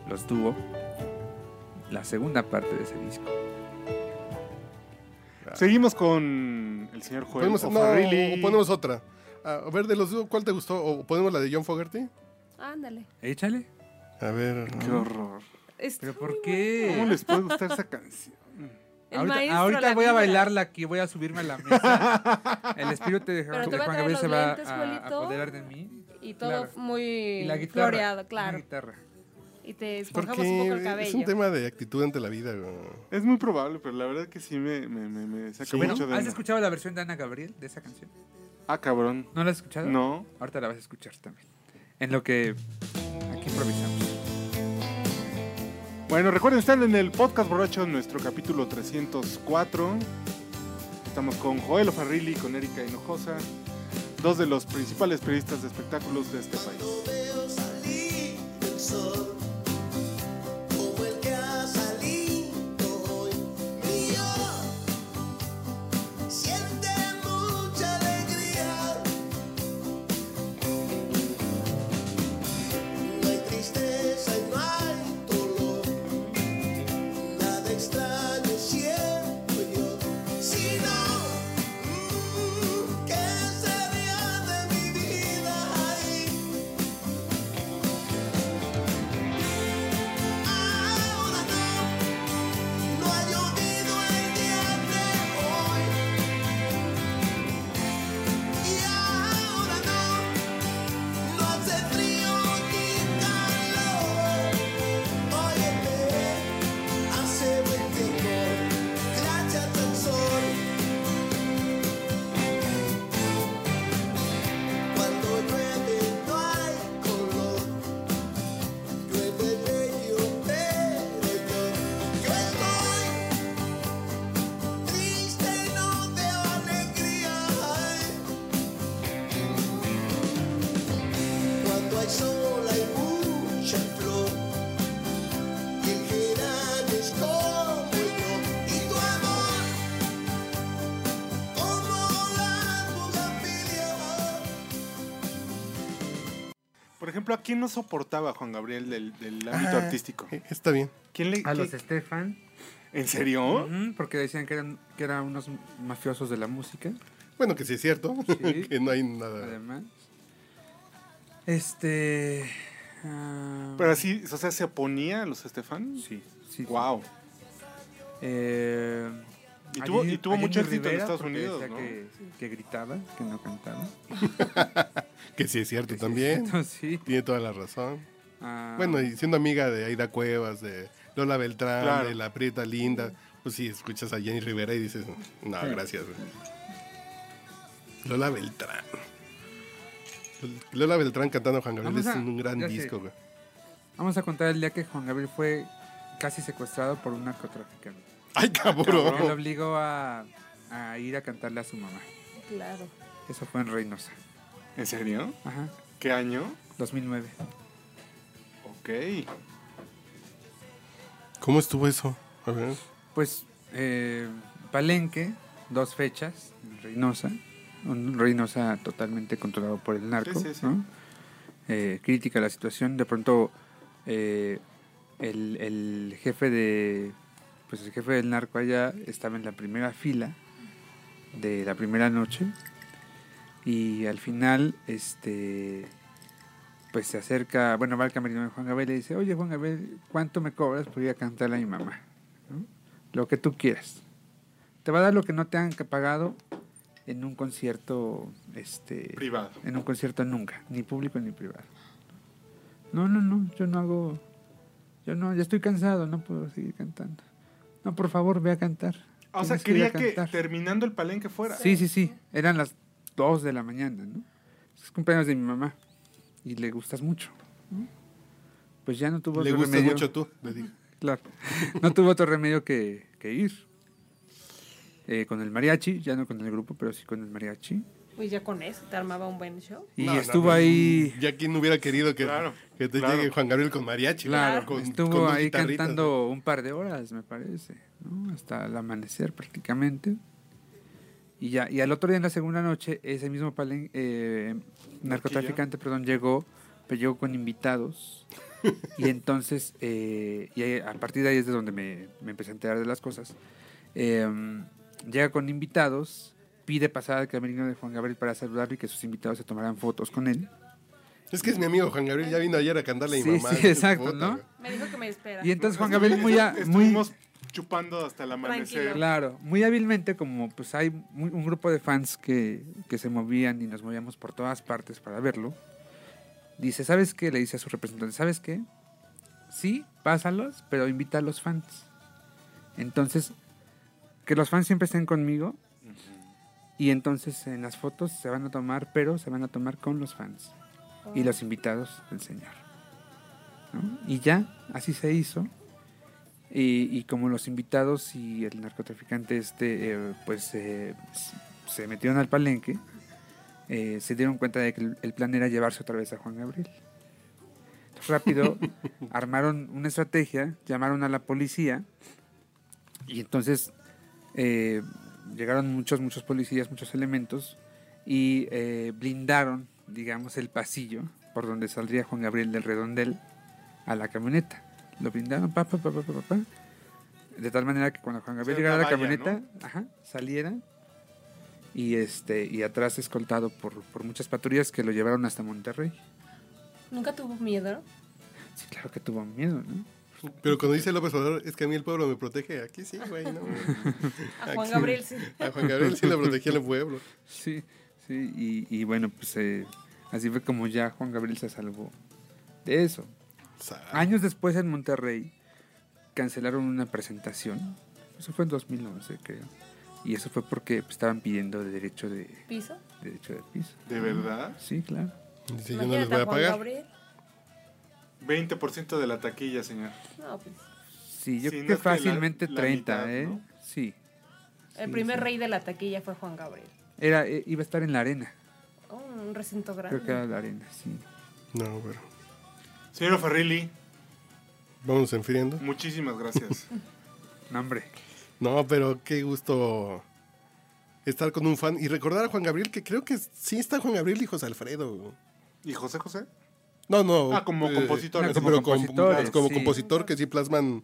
E: Los Dúo. La segunda parte de ese disco.
B: Seguimos con el señor
E: Pues,
B: Joel
C: Ponemos, no,
B: O'Farrilly.
C: o ponemos otra. Ah, A ver, de los dos, ¿cuál te gustó? ¿O ponemos la de John Fogerty?
D: Ándale.
E: Échale.
C: A ver.
B: Qué horror.
D: Está
E: ¿Pero
D: muy
E: por
B: ¿Cómo
E: qué?
B: les puede gustar esa canción?
D: El
E: Ahorita,
D: maestro,
E: ahorita
D: la
E: voy a
D: vibra.
E: bailarla aquí, voy a subirme a la mesa. *laughs* El espíritu de
D: Pero
E: Juan,
D: te voy a
E: Juan
D: traer
E: Gabriel
D: los
E: se va
D: lentes,
E: a
D: Juelito.
E: apoderar de mí.
D: Y todo
E: Claro. Y
D: muy
E: la guitarra.
D: floreado,
E: La
D: claro.
E: guitarra.
D: Y te esponjamos un poco el
C: Pues Porque es un
D: cabello.
C: tema de actitud ante la vida. güey.
B: Es muy probable, pero la verdad que sí me, me, me, me saca
C: Sí.
E: Bueno,
B: mucho de...
E: ¿has escuchado la versión de Ana Gabriel de esa canción?
B: Ah, cabrón.
E: ¿No la has escuchado?
B: No.
E: Ahorita la vas a escuchar también. En lo que aquí improvisamos.
B: Bueno, recuerden, están en el podcast borracho, nuestro capítulo 304. Estamos con Joel O'Farrilly y con Erika Hinojosa, dos de los principales periodistas de espectáculos de este país.
G: veo salir el sol como el que ha salido hoy mío siente mucha alegría no hay tristeza y no hay dolor nada extraño siento yo si no mm, ¿qué sería de mi vida ahí?
B: Por ejemplo, ¿a quién no soportaba Juan Gabriel del, del ámbito
C: Ah.
B: artístico?
C: Eh, Está bien.
B: ¿Quién le,
E: A
B: qué-
E: los Stefan.
B: ¿En serio?
E: Ujú, Porque decían que eran, que eran unos mafiosos de la música,
C: Bueno, que sí es cierto.
E: Sí.
C: *laughs* que no hay
B: Ah.
C: nada.
E: además. Este. ah,
B: Pero así, o sea, ¿se oponía a los Estefan?
E: Sí, sí.
B: Wow.
E: Eh,
B: Y tuvo- y tuvo mucho éxito en
E: Rivera,
B: Estados
E: porque
B: Unidos,
E: decía
B: ¿no?
E: Que, que gritaba, que no cantaba.
C: Que sí es cierto también.
E: Entonces, sí.
C: Tiene toda la razón.
E: ah,
C: Bueno, y siendo amiga de Aida Cuevas, de Lola Beltrán,
B: Claro.
C: de La Prieta Linda, pues sí, escuchas a Jenny Rivera y dices, no, gracias. güey". Lola Beltrán. Lola Beltrán cantando Juan Gabriel
E: Vamos
C: es
E: a-
C: un gran
E: ya sé.
C: disco, güey.
E: Vamos a contar el día que Juan Gabriel fue casi secuestrado por un narcotraficante.
C: ¡Ay, cabrón!
E: Que lo obligó a, a ir a cantarle a su mamá.
D: Claro.
E: Eso fue en Reynosa.
B: ¿En serio?
E: Ajá,
B: ¿Qué año?
E: 2009.
B: Ok.
C: ¿Cómo estuvo eso? A ver.
E: Pues eh, Palenque, dos fechas, en Reynosa, un Reynosa totalmente controlado por el narco,
B: Sí, sí, sí.
E: ¿no? Eh, crítica la situación, de pronto eh, el, el jefe de pues el jefe del narco allá estaba en la primera fila de la primera noche y al final este pues se acerca, bueno, va al camerino de Juan Gabriel y le dice, oye Juan Gabriel, ¿cuánto me cobras por ir a cantarle a mi mamá? ¿No? Lo que tú quieras. Te va a dar lo que no te han ca- pagado en un concierto, este,
B: Privado.
E: en un concierto nunca, ni público ni privado. No, no, no, yo no hago, yo no, ya estoy cansado, no puedo seguir cantando. No, por favor, ve a cantar.
B: Ah, O sea,
E: Tienes que ir a
B: quería que
E: cantar".
B: terminando el palenque fuera.
E: Sí, sí, sí. Eran las 2 de la mañana, ¿no? Es cumpleaños de mi mamá. Y le gustas mucho. ¿no? Pues ya no tuvo
C: Le
E: otro
C: gustas
E: remedio.
C: mucho tú, le digo.
E: *laughs* Claro. No tuvo otro remedio que, que ir. Eh, con el mariachi, ya no con el grupo, pero sí con el mariachi.
D: Pues ya con eso te armaba un buen show.
E: Y
C: No, no,
E: estuvo
C: pues,
E: ahí.
C: Ya quien hubiera querido que,
B: Claro,
C: que te
B: claro.
C: llegue Juan Gabriel con mariachi. güey,
E: Claro,
C: con-
E: estuvo
C: con dos
E: ahí
C: guitarritas, güey.
E: cantando un par de horas, me parece, ¿no? hasta el amanecer prácticamente. Y ya, y al otro día en la segunda noche, ese mismo palen- eh, narcotraficante, perdón, llegó, pero llegó
C: *laughs*
E: con invitados. y entonces, eh, y ahí- a partir de ahí es de donde me, me empecé a enterar de las cosas. Eh, llega con invitados, pide pasar al camerino de Juan Gabriel para saludarlo y que sus invitados se tomaran fotos con él.
C: Es que es mi amigo Juan Gabriel, ya vino ayer a cantarle a mi
E: Sí,
C: mamá.
E: sí,
C: güey,
E: exacto,
C: puta,
E: ¿no?
C: güey.
D: Me dijo que me espera.
E: Y entonces
C: *laughs*
E: Juan Gabriel muy, a- muy,
B: Estuvimos chupando hasta el amanecer.
D: Tranquilo.
E: Claro, muy hábilmente como pues hay muy- un grupo de fans que, que se movían y nos movíamos por todas partes para verlo. Dice, ¿sabes qué? Le dice a su representante, ¿sabes qué? Sí, pásalos, pero invita a los fans. Entonces, que los fans siempre estén conmigo y entonces en las fotos se van a tomar, pero se van a tomar con los fans y los invitados del Señor. ¿no? Y ya, así se hizo. Y, y como los invitados y el narcotraficante este, eh, pues eh, s- se metieron al palenque, eh, se dieron cuenta de que el, el plan era llevarse otra vez a Juan Gabriel.
B: *laughs*
E: Rápido, armaron una estrategia, llamaron a la policía y entonces eh, llegaron muchos, muchos policías, muchos elementos y eh, blindaron, digamos, el pasillo por donde saldría Juan Gabriel del redondel a la camioneta. Lo blindaron, pa, pa, pa, pa, pa, pa, pa. De tal manera que cuando Juan Gabriel
B: O sea,
E: llegara a
B: una
E: la
B: valla,
E: camioneta, ajá, saliera y este y atrás escoltado por, por muchas patrullas que lo llevaron hasta Monterrey.
D: Nunca tuvo miedo.
E: Sí, claro que tuvo miedo, ¿no?
C: Pero cuando dice López Obrador, es que a mí el pueblo me protege. Aquí sí, güey. No, güey.
D: A Juan
C: Aquí-
D: Gabriel sí.
C: A Juan Gabriel sí lo protegía el pueblo.
E: Sí, sí, y, y bueno, pues eh, así fue como ya Juan Gabriel se salvó de eso.
C: Sa-
E: Años después en Monterrey cancelaron una presentación, eso fue en 2011 creo, y eso fue porque pues, estaban pidiendo derecho de,
D: Piso.
E: derecho de piso.
B: ¿De verdad?
E: Sí, claro.
C: Dice, yo no les
D: Imagínate
C: voy a
D: Juan
C: pagar.
D: Gabriel.
B: 20% de la taquilla, señor.
D: No, pues.
E: Sí, yo
B: Sí,
E: creo
B: no
E: que
B: es que la-
E: fácilmente
B: la
E: 30,
B: mitad,
E: ¿eh?
B: ¿no?
E: Sí.
D: El
E: Sí,
D: primer
E: sí.
D: rey de la taquilla fue Juan Gabriel.
E: Era, eh, iba a estar en la arena,
D: Oh, un recinto
E: creo que era
D: grande.
E: la arena, sí.
C: No, pero
B: Señor Ferrilli,
C: vamos enfriando.
B: muchísimas gracias.
E: No, hombre.
C: No, pero qué gusto estar con un fan y recordar a Juan Gabriel, que creo que sí está Juan Gabriel y José Alfredo.
B: ¿Y José José?
C: No, no.
B: Ah, como compositor.
C: sí,
E: Como
C: pero com-
E: compositores,
C: como
E: sí.
C: compositor que sí plasman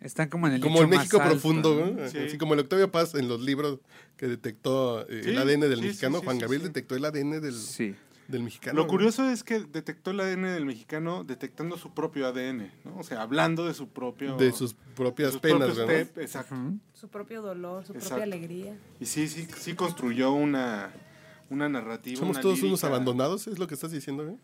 E: Están como en el
C: como
E: nicho
C: el
E: más
C: México
E: alto,
C: profundo,
E: ¿no?
C: ¿no?
B: Sí.
C: así como el Octavio Paz en los libros que detectó eh,
B: Sí,
C: el ADN del
B: sí, sí,
C: mexicano.
B: sí,
C: Juan
B: sí,
C: Gabriel
B: sí.
C: detectó el ADN del,
E: Sí.
C: del mexicano.
B: Lo
C: ¿no?
B: curioso es que detectó el ADN del mexicano detectando su propio ADN, ¿no? O sea, hablando de su propio...
C: de sus propias
B: sus
C: penas,
B: propios
C: ¿no?
B: pe- Exacto.
D: Su propio dolor, su
B: Exacto.
D: propia alegría.
B: Y sí, sí, sí construyó una, una narrativa.
C: Somos
B: una
C: todos
B: lírica.
C: unos abandonados, es lo que estás diciendo, güey?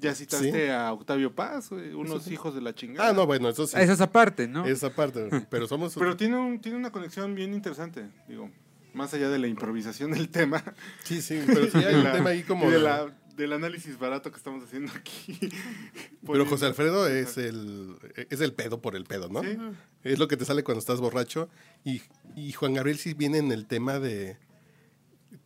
B: Ya citaste
C: Sí.
B: a Octavio Paz, eh, unos hijos de la chingada.
C: Ah, no, pues, bueno, eso sí.
E: Ah, Esa es aparte, ¿no?
C: Esa parte, güey. pero somos
B: Pero tiene, un, tiene una conexión bien interesante, digo, más allá de la improvisación del tema. *laughs*
C: Sí, sí, *laughs* pero sí hay un
B: La-
C: tema ahí como
B: y de la- del análisis barato que estamos haciendo
C: *laughs*
B: aquí.
C: Pero José Alfredo es el, es el pedo por el pedo, ¿no?
B: Sí.
C: Es lo que te sale cuando estás borracho. Y, y Juan Gabriel sí viene en el tema de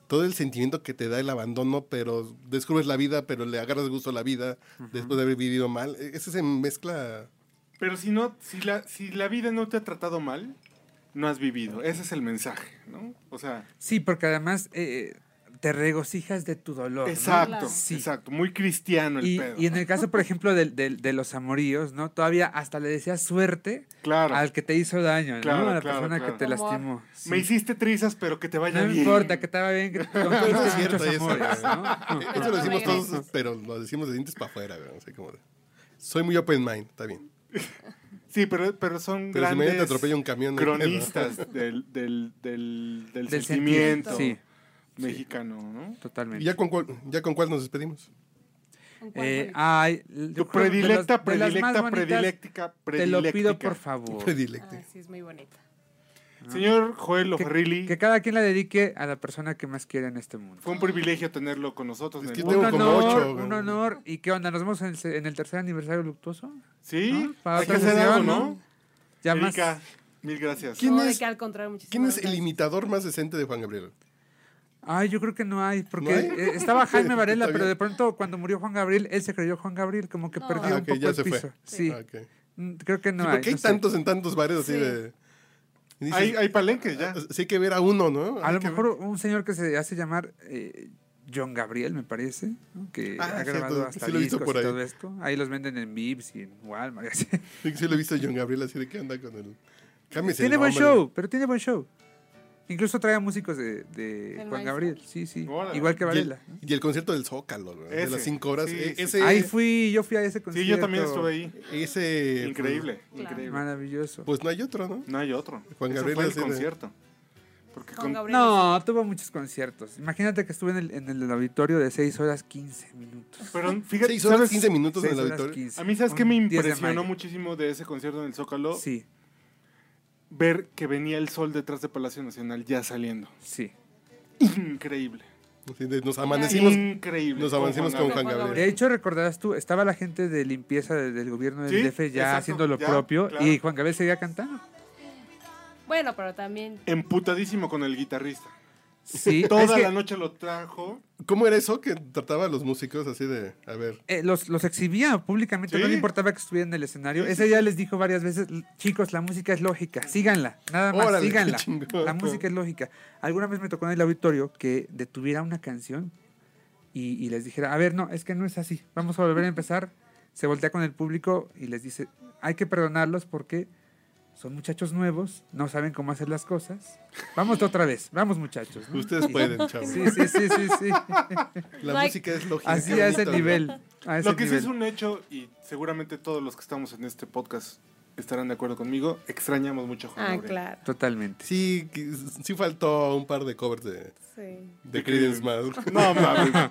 C: todo el sentimiento que te da el abandono, pero descubres la vida, pero le agarras gusto a la vida después de haber vivido mal. E, Ese se mezcla.
B: Pero si no, si la, si la vida no te ha tratado mal, no has vivido. Ese es el mensaje, ¿no? O sea,
E: Sí, porque además eh, te regocijas de tu
C: Ah,
E: dolor. ¿no?
B: exacto,
E: Sí.
B: exacto. Muy cristiano el
E: Y,
B: pedo.
E: y en el caso, por ejemplo, del- del- de, los amoríos, ¿no? Todavía hasta le decías suerte
B: Claro.
E: al que te hizo daño, ¿no?
B: Claro,
E: a la
B: claro,
E: persona
B: claro.
E: que te
D: Amor.
E: lastimó. Sí.
B: Me hiciste trizas, pero que te vaya
E: No me
B: bien.
E: importa, que estaba bien, que te
C: No es
E: conquistes
C: cierto
E: muchos
C: eso.
E: amores,
C: güey.
E: ¿no?
B: Ah, *laughs*
C: e, Eso lo decimos
D: Regreso.
C: todos, pero lo decimos de dientes para afuera. güey. Así como de, soy muy open mind, está bien.
B: Sí, pero, pero son
C: Pero si mañana
B: grandes
C: te atropella un camión. ¿no?
B: cronistas del, del, del, del
E: Del
B: sentimiento
E: sentimiento. Sí,
B: mexicano, ¿no?
C: ¿Y
E: totalmente.
C: ya con, cuál, ya con cuál nos despedimos?
D: ¿Con cuál
E: Eh,
D: fue?
E: ay, yo
B: Tu
E: creo que de los-
B: predilecta,
E: de las
B: predilecta,
E: más bonitas,
B: predilectica,
E: Te lo pido,
B: predilectica.
E: por favor.
C: Predilecto.
D: Ah, sí, es muy bonita.
B: Señor Joel O'Farrilli,
E: Que cada quien la dedique a la persona que más quiere en este mundo.
B: fue un privilegio tenerlo con nosotros.
C: Es
B: en
C: que
B: el-
E: Un
C: tengo como
E: honor,
C: ocho, güey.
E: un honor. ¿Y qué onda? ¿Nos vemos en el, se- en el tercer aniversario luctuoso?
B: Sí,
E: ¿no? Para
B: hay que
E: otra
B: hacer
E: sesión,
B: algo, ¿no?
E: Ya más.
B: Erika, mil gracias.
C: ¿Quién
D: No, de
C: es-
D: que al contrario, muchísimas
C: ¿Quién es el
D: gracias.
C: imitador más decente de Juan Gabriel?
E: Ah, Ay, yo creo que no hay, porque
C: ¿No hay?
E: eh,
C: *laughs*
E: estaba Jaime Varela,
C: Está
E: pero
C: bien.
E: de pronto cuando murió Juan Gabriel, él se creyó Juan Gabriel, como que
D: No.
E: perdió
C: Ah,
E: un
C: ok,
E: poco
C: ya
E: el
C: se fue.
E: piso. Sí,
C: Ah, ok.
E: Mm, creo que no
C: Sí,
E: hay.
C: porque hay
E: no sé.
C: tantos en tantos bares así
D: Sí.
C: de. y dices,
B: Hay, hay palenques ya.
C: Sí hay que ver a uno, ¿no?
E: A
C: Hay
E: lo
C: que
E: mejor un señor que se hace llamar eh, John Gabriel, me parece, ¿no? que
C: Ah,
E: ha
C: cierto,
E: grabado hasta
C: sí lo he visto
E: discos
C: por
E: y
C: ahí.
E: todo esto. Ahí los venden en Vips y en Walmart. *laughs* y así.
C: ver. Sí lo he visto a John Gabriel así de qué anda con él. Cámbiese
E: tiene
C: el
E: buen
C: nombre.
E: show, pero tiene buen show. Incluso trae a músicos de, de
D: Del
E: Juan
D: maestro.
E: Gabriel, sí, sí.
B: Órale.
E: Igual que
C: Y el,
E: Varela. ¿no?
C: y el concierto del Zócalo, güey, de
B: Ese.
C: las cinco horas.
B: Sí,
C: E-
B: sí,
C: ese,
E: Ahí fui, yo fui a ese concierto.
B: Sí, yo también estuve ahí.
C: Ese.
B: Increíble, increíble.
E: Maravilloso.
C: Pues no hay otro, ¿no?
B: No hay otro.
C: Juan
B: Ese
C: Gabriel
B: fue el
C: así de-
B: concierto. Porque
D: Juan
B: con-
D: Gabriel
E: No, tuvo muchos conciertos. Imagínate que estuve en el, en el auditorio de 6 horas 15 minutos.
B: Pero fíjate,
C: Seis horas,
B: ¿sabes?
C: 15 minutos en
E: Seis
C: el
E: horas
C: auditorio.
E: 15,
B: A mí, ¿sabes qué
E: un
B: me
E: 10 de
B: impresionó
E: mayo.
B: muchísimo de ese concierto en el Zócalo?
E: Sí,
B: Ver que venía el sol detrás de Palacio Nacional ya saliendo.
E: sí.
B: Increíble.
C: Así de, nos amanecimos.
B: Increíble.
C: Nos amanecimos con Juan Gabriel.
E: De hecho, recordarás tú, estaba la gente de limpieza de- del gobierno del
B: Sí,
E: DF ya
B: exacto,
E: haciendo lo
B: ya,
E: propio
B: claro.
E: y Juan Gabriel seguía cantando.
D: Bueno, pero también
B: Emputadísimo con el guitarrista.
E: Sí,
B: *laughs* Toda
E: es que,
B: la noche lo trajo.
C: ¿Cómo era eso que trataba a los músicos así de. A ver.
E: eh, los, los exhibía públicamente,
B: Sí.
E: no le importaba que estuvieran en el escenario.
B: Sí,
E: Ese
B: sí,
E: día les dijo varias veces, chicos, la música es lógica, síganla, nada más,
C: Órale,
B: *laughs*
C: qué
E: síganla.
C: chingón.
E: La música es lógica. Alguna vez me tocó en el auditorio que detuviera una canción y, y les dijera, a ver, no, es que no es así, vamos a volver a empezar. Se voltea con el público y les dice, hay que perdonarlos porque son muchachos nuevos, no saben cómo hacer las cosas. Vamos otra vez, vamos muchachos. ¿no?
C: Ustedes
E: Y-
C: pueden, chavos.
E: Sí, sí, sí, sí, sí.
C: La
D: No hay-
C: música es lógica.
E: Así
C: qué
E: a ese
C: bonito, ¿no?
E: nivel. a ese
B: Lo que sí
E: nivel.
B: es un hecho, y seguramente todos los que estamos en este podcast estarán de acuerdo conmigo, extrañamos mucho a Juan
D: Ah,
B: Gabriel.
D: claro,
E: Totalmente.
C: Sí, que- sí faltó un par de covers de,
D: sí.
C: de Creedence Clearance.
B: No, mames.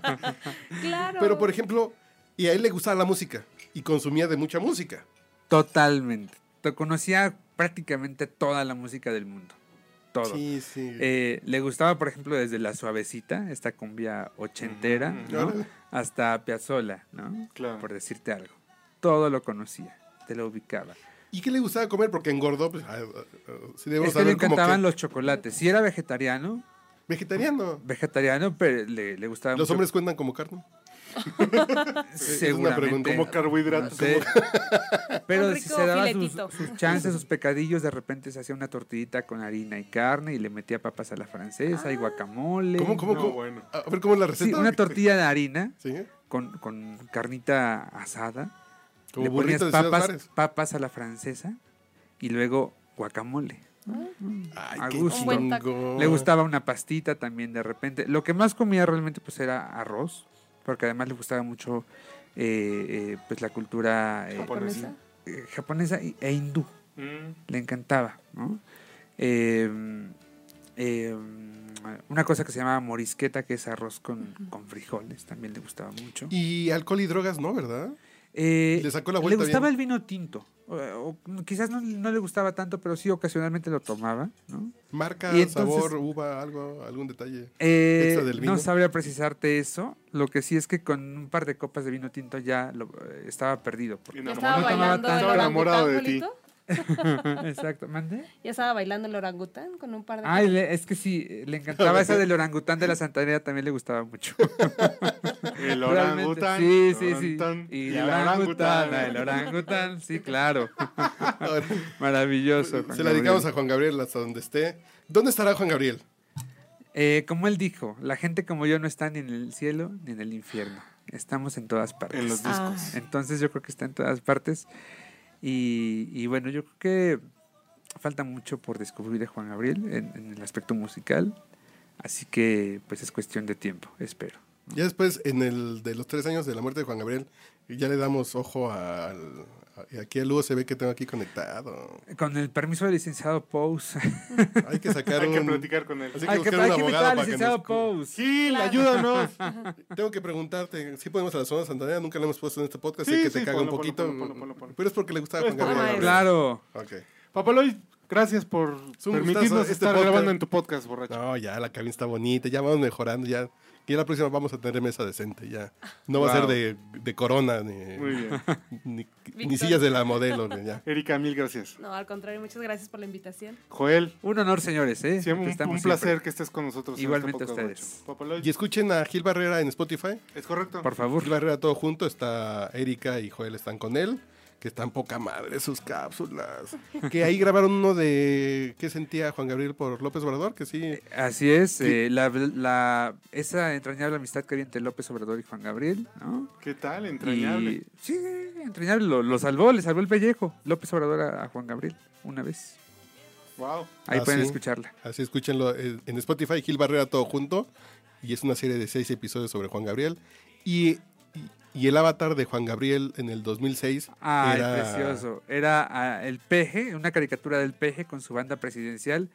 D: Claro.
C: Pero, por ejemplo, y a él le gustaba la música y consumía de mucha música.
E: Totalmente. Te conocía prácticamente toda la música del mundo. Todo.
C: Sí, sí.
E: Eh, le gustaba, por ejemplo, desde La Suavecita, esta cumbia ochentera,
B: Mm,
E: ¿no?
C: órale.
E: hasta Piazzola, ¿no?
B: Claro.
E: Por decirte algo. Todo lo conocía, te lo ubicaba.
C: ¿Y qué le gustaba comer? Porque engordó, pues, ah, ah, ah, sí debemos
E: Es que le
C: saber como que
E: encantaban los chocolates. Si era vegetariano,
C: vegetariano.
E: vegetariano, pero le, le gustaba
C: Los
E: mucho-
C: hombres eh, cuentan como carne. Eh,
E: seguramente.
C: pregunta.
B: Como carbohidratos.
E: No sé.
C: *laughs*
E: Pero
D: Un
E: si
D: rico
E: se daba sus,
D: filetito.
E: sus chances, sus pecadillos, de repente se hacía una tortillita con harina y carne y le metía papas a la francesa y guacamole.
C: ¿Cómo, cómo,
B: No,
C: cómo?
B: bueno.
C: A ver, ¿cómo es la
E: Sí,
C: receta?
E: una tortilla de harina
C: Sí.
E: con, con carnita asada.
C: Como
E: le ponías
C: burrito de Ciudad
E: papas,
C: Juárez.
E: papas a la francesa y luego guacamole.
C: Ay,
E: A
C: qué
E: gusto.
D: Un buen taco.
C: chingón.
E: Le gustaba una pastita también de repente. Lo que más comía realmente pues era arroz, porque además le gustaba mucho eh, eh, pues la cultura eh,
D: Japonesa.
E: eh, japonesa y- e hindú.
B: Mm,
E: Le encantaba, ¿no? Eh, eh, una cosa que se llamaba morisqueta, que es arroz con, con frijoles, también le gustaba mucho.
C: Y alcohol y drogas, ¿no? ¿Verdad?
E: Eh,
C: Le sacó la vuelta
E: Le gustaba
C: bien.
E: el vino tinto. o- o quizás no, no le gustaba tanto, pero sí ocasionalmente lo tomaba, ¿no?
C: Marca,
E: Y entonces-
C: sabor, uva, algo, algún detalle.
E: Eh,
C: Extra del vino.
E: no sabría precisarte eso. Lo que sí es que con un par de copas de vino tinto ya lo- eh, estaba perdido. porque-
D: Ya
B: Enamorado.
D: estaba
E: No tomaba
D: bailando
E: tanto.
D: el
B: Estaba enamorado
D: orangután,
B: de ti.
D: Julito.
E: *laughs* Exacto. ¿Mande?
D: Ya estaba bailando el orangután con un par de...
E: Ay, le- es que sí, eh,
C: *laughs*
E: le encantaba esa del orangután de la Santanera, también le gustaba mucho.
B: El
E: Realmente,
B: orangután.
E: Sí, sí, sí.
B: orangután,
E: Y la orangutana, el orangután, sí, claro.
C: *laughs* Ahora, pues,
E: Maravilloso. Juan
C: se la dedicamos
E: Gabriel.
C: a Juan Gabriel hasta donde esté. ¿Dónde estará Juan Gabriel?
E: Eh, como él dijo, la gente como yo no está ni en el cielo ni en el infierno. Estamos en todas partes.
B: En los discos.
D: Ah.
E: Entonces yo creo que está en todas partes. Y, y bueno, yo creo que falta mucho por descubrir de Juan Gabriel en, en el aspecto musical. Así que pues es cuestión de tiempo, espero.
C: Ya después, en el de los tres años de la muerte de Juan Gabriel, ya le damos ojo al. a- y aquí al USB que tengo aquí conectado.
E: Con el permiso del licenciado Pous.
C: Hay que
B: *laughs*
C: sacar
B: Hay que
C: un-
B: platicar con él.
C: Así que
E: Hay que,
C: buscar
E: hay
C: un
E: que
C: abogado
E: invitar al
C: para que
E: licenciado
C: nos-
E: Pous.
B: Gil,
E: *laughs*
B: ayúdanos.
C: Tengo que preguntarte, si podemos a la zona de Santander, nunca lo hemos puesto en este podcast,
B: Sí,
C: sé que te
B: sí,
C: caga un
B: ponlo, ponlo,
C: poquito.
B: ponlo, ponlo, ponlo, ponlo. Pues
C: Pero es porque le gustaba
B: Es
C: Juan Gabriel.
D: por-
C: la
E: Claro.
C: verdad. Ok.
B: Papaloy, gracias por
C: un
B: permitirnos
C: gustazo este
B: estar
C: podcast.
B: grabando en tu podcast, borracho.
C: No, ya la cabina está bonita, ya vamos mejorando, ya. Que ya la próxima vamos a tener mesa decente, ya. No va a ser
E: Wow.
C: de, de corona, ni,
B: Muy bien.
C: *laughs* ni, ni
D: Victoria.
C: sillas de la modelo, ni ya.
B: Erika, mil gracias.
D: No, al contrario, muchas gracias por la invitación.
B: Joel,
E: Un honor, señores. ¿eh?
B: siempre un,
E: Estamos
B: un placer
E: siempre.
B: que estés con nosotros. en este
E: Igualmente a
B: podcast,
E: ustedes.
B: borracho. Papaloy,
C: Y escuchen a Gil Barrera en Spotify.
B: ¿es correcto?
E: Por favor.
C: Gil Barrera todo junto, está Erika y Joel están con él, que están poca madre sus cápsulas. Que ahí grabaron uno de qué sentía Juan Gabriel por López Obrador, que sí.
E: Así es, eh, la, la- esa entrañable amistad que había entre López Obrador y Juan Gabriel, ¿no?
B: ¿Qué tal? Entrañable.
E: Y- sí, entrañable, lo, lo salvó, le salvó el pellejo López Obrador a, a Juan Gabriel una vez.
B: Wow.
E: Ahí
C: Ah,
E: pueden
C: sí.
E: escucharla.
C: Así escúchenlo eh, en Spotify, Gil Barrera todo junto. Y es una serie de seis episodios sobre Juan Gabriel. Y, y- y el avatar de Juan Gabriel en el 2006
E: Ay,
C: era-
E: precioso. Era ah, el peje, una caricatura del peje con su banda presidencial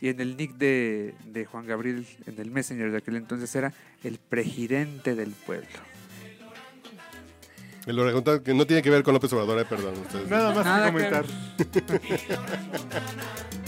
E: y en el nick de, de Juan Gabriel en el Messenger de aquel entonces era el presidente del pueblo.
C: El orangután, que no tiene que ver con López Obrador, eh, perdón. ustedes.
B: Nada más
E: Nada,
B: que comentar.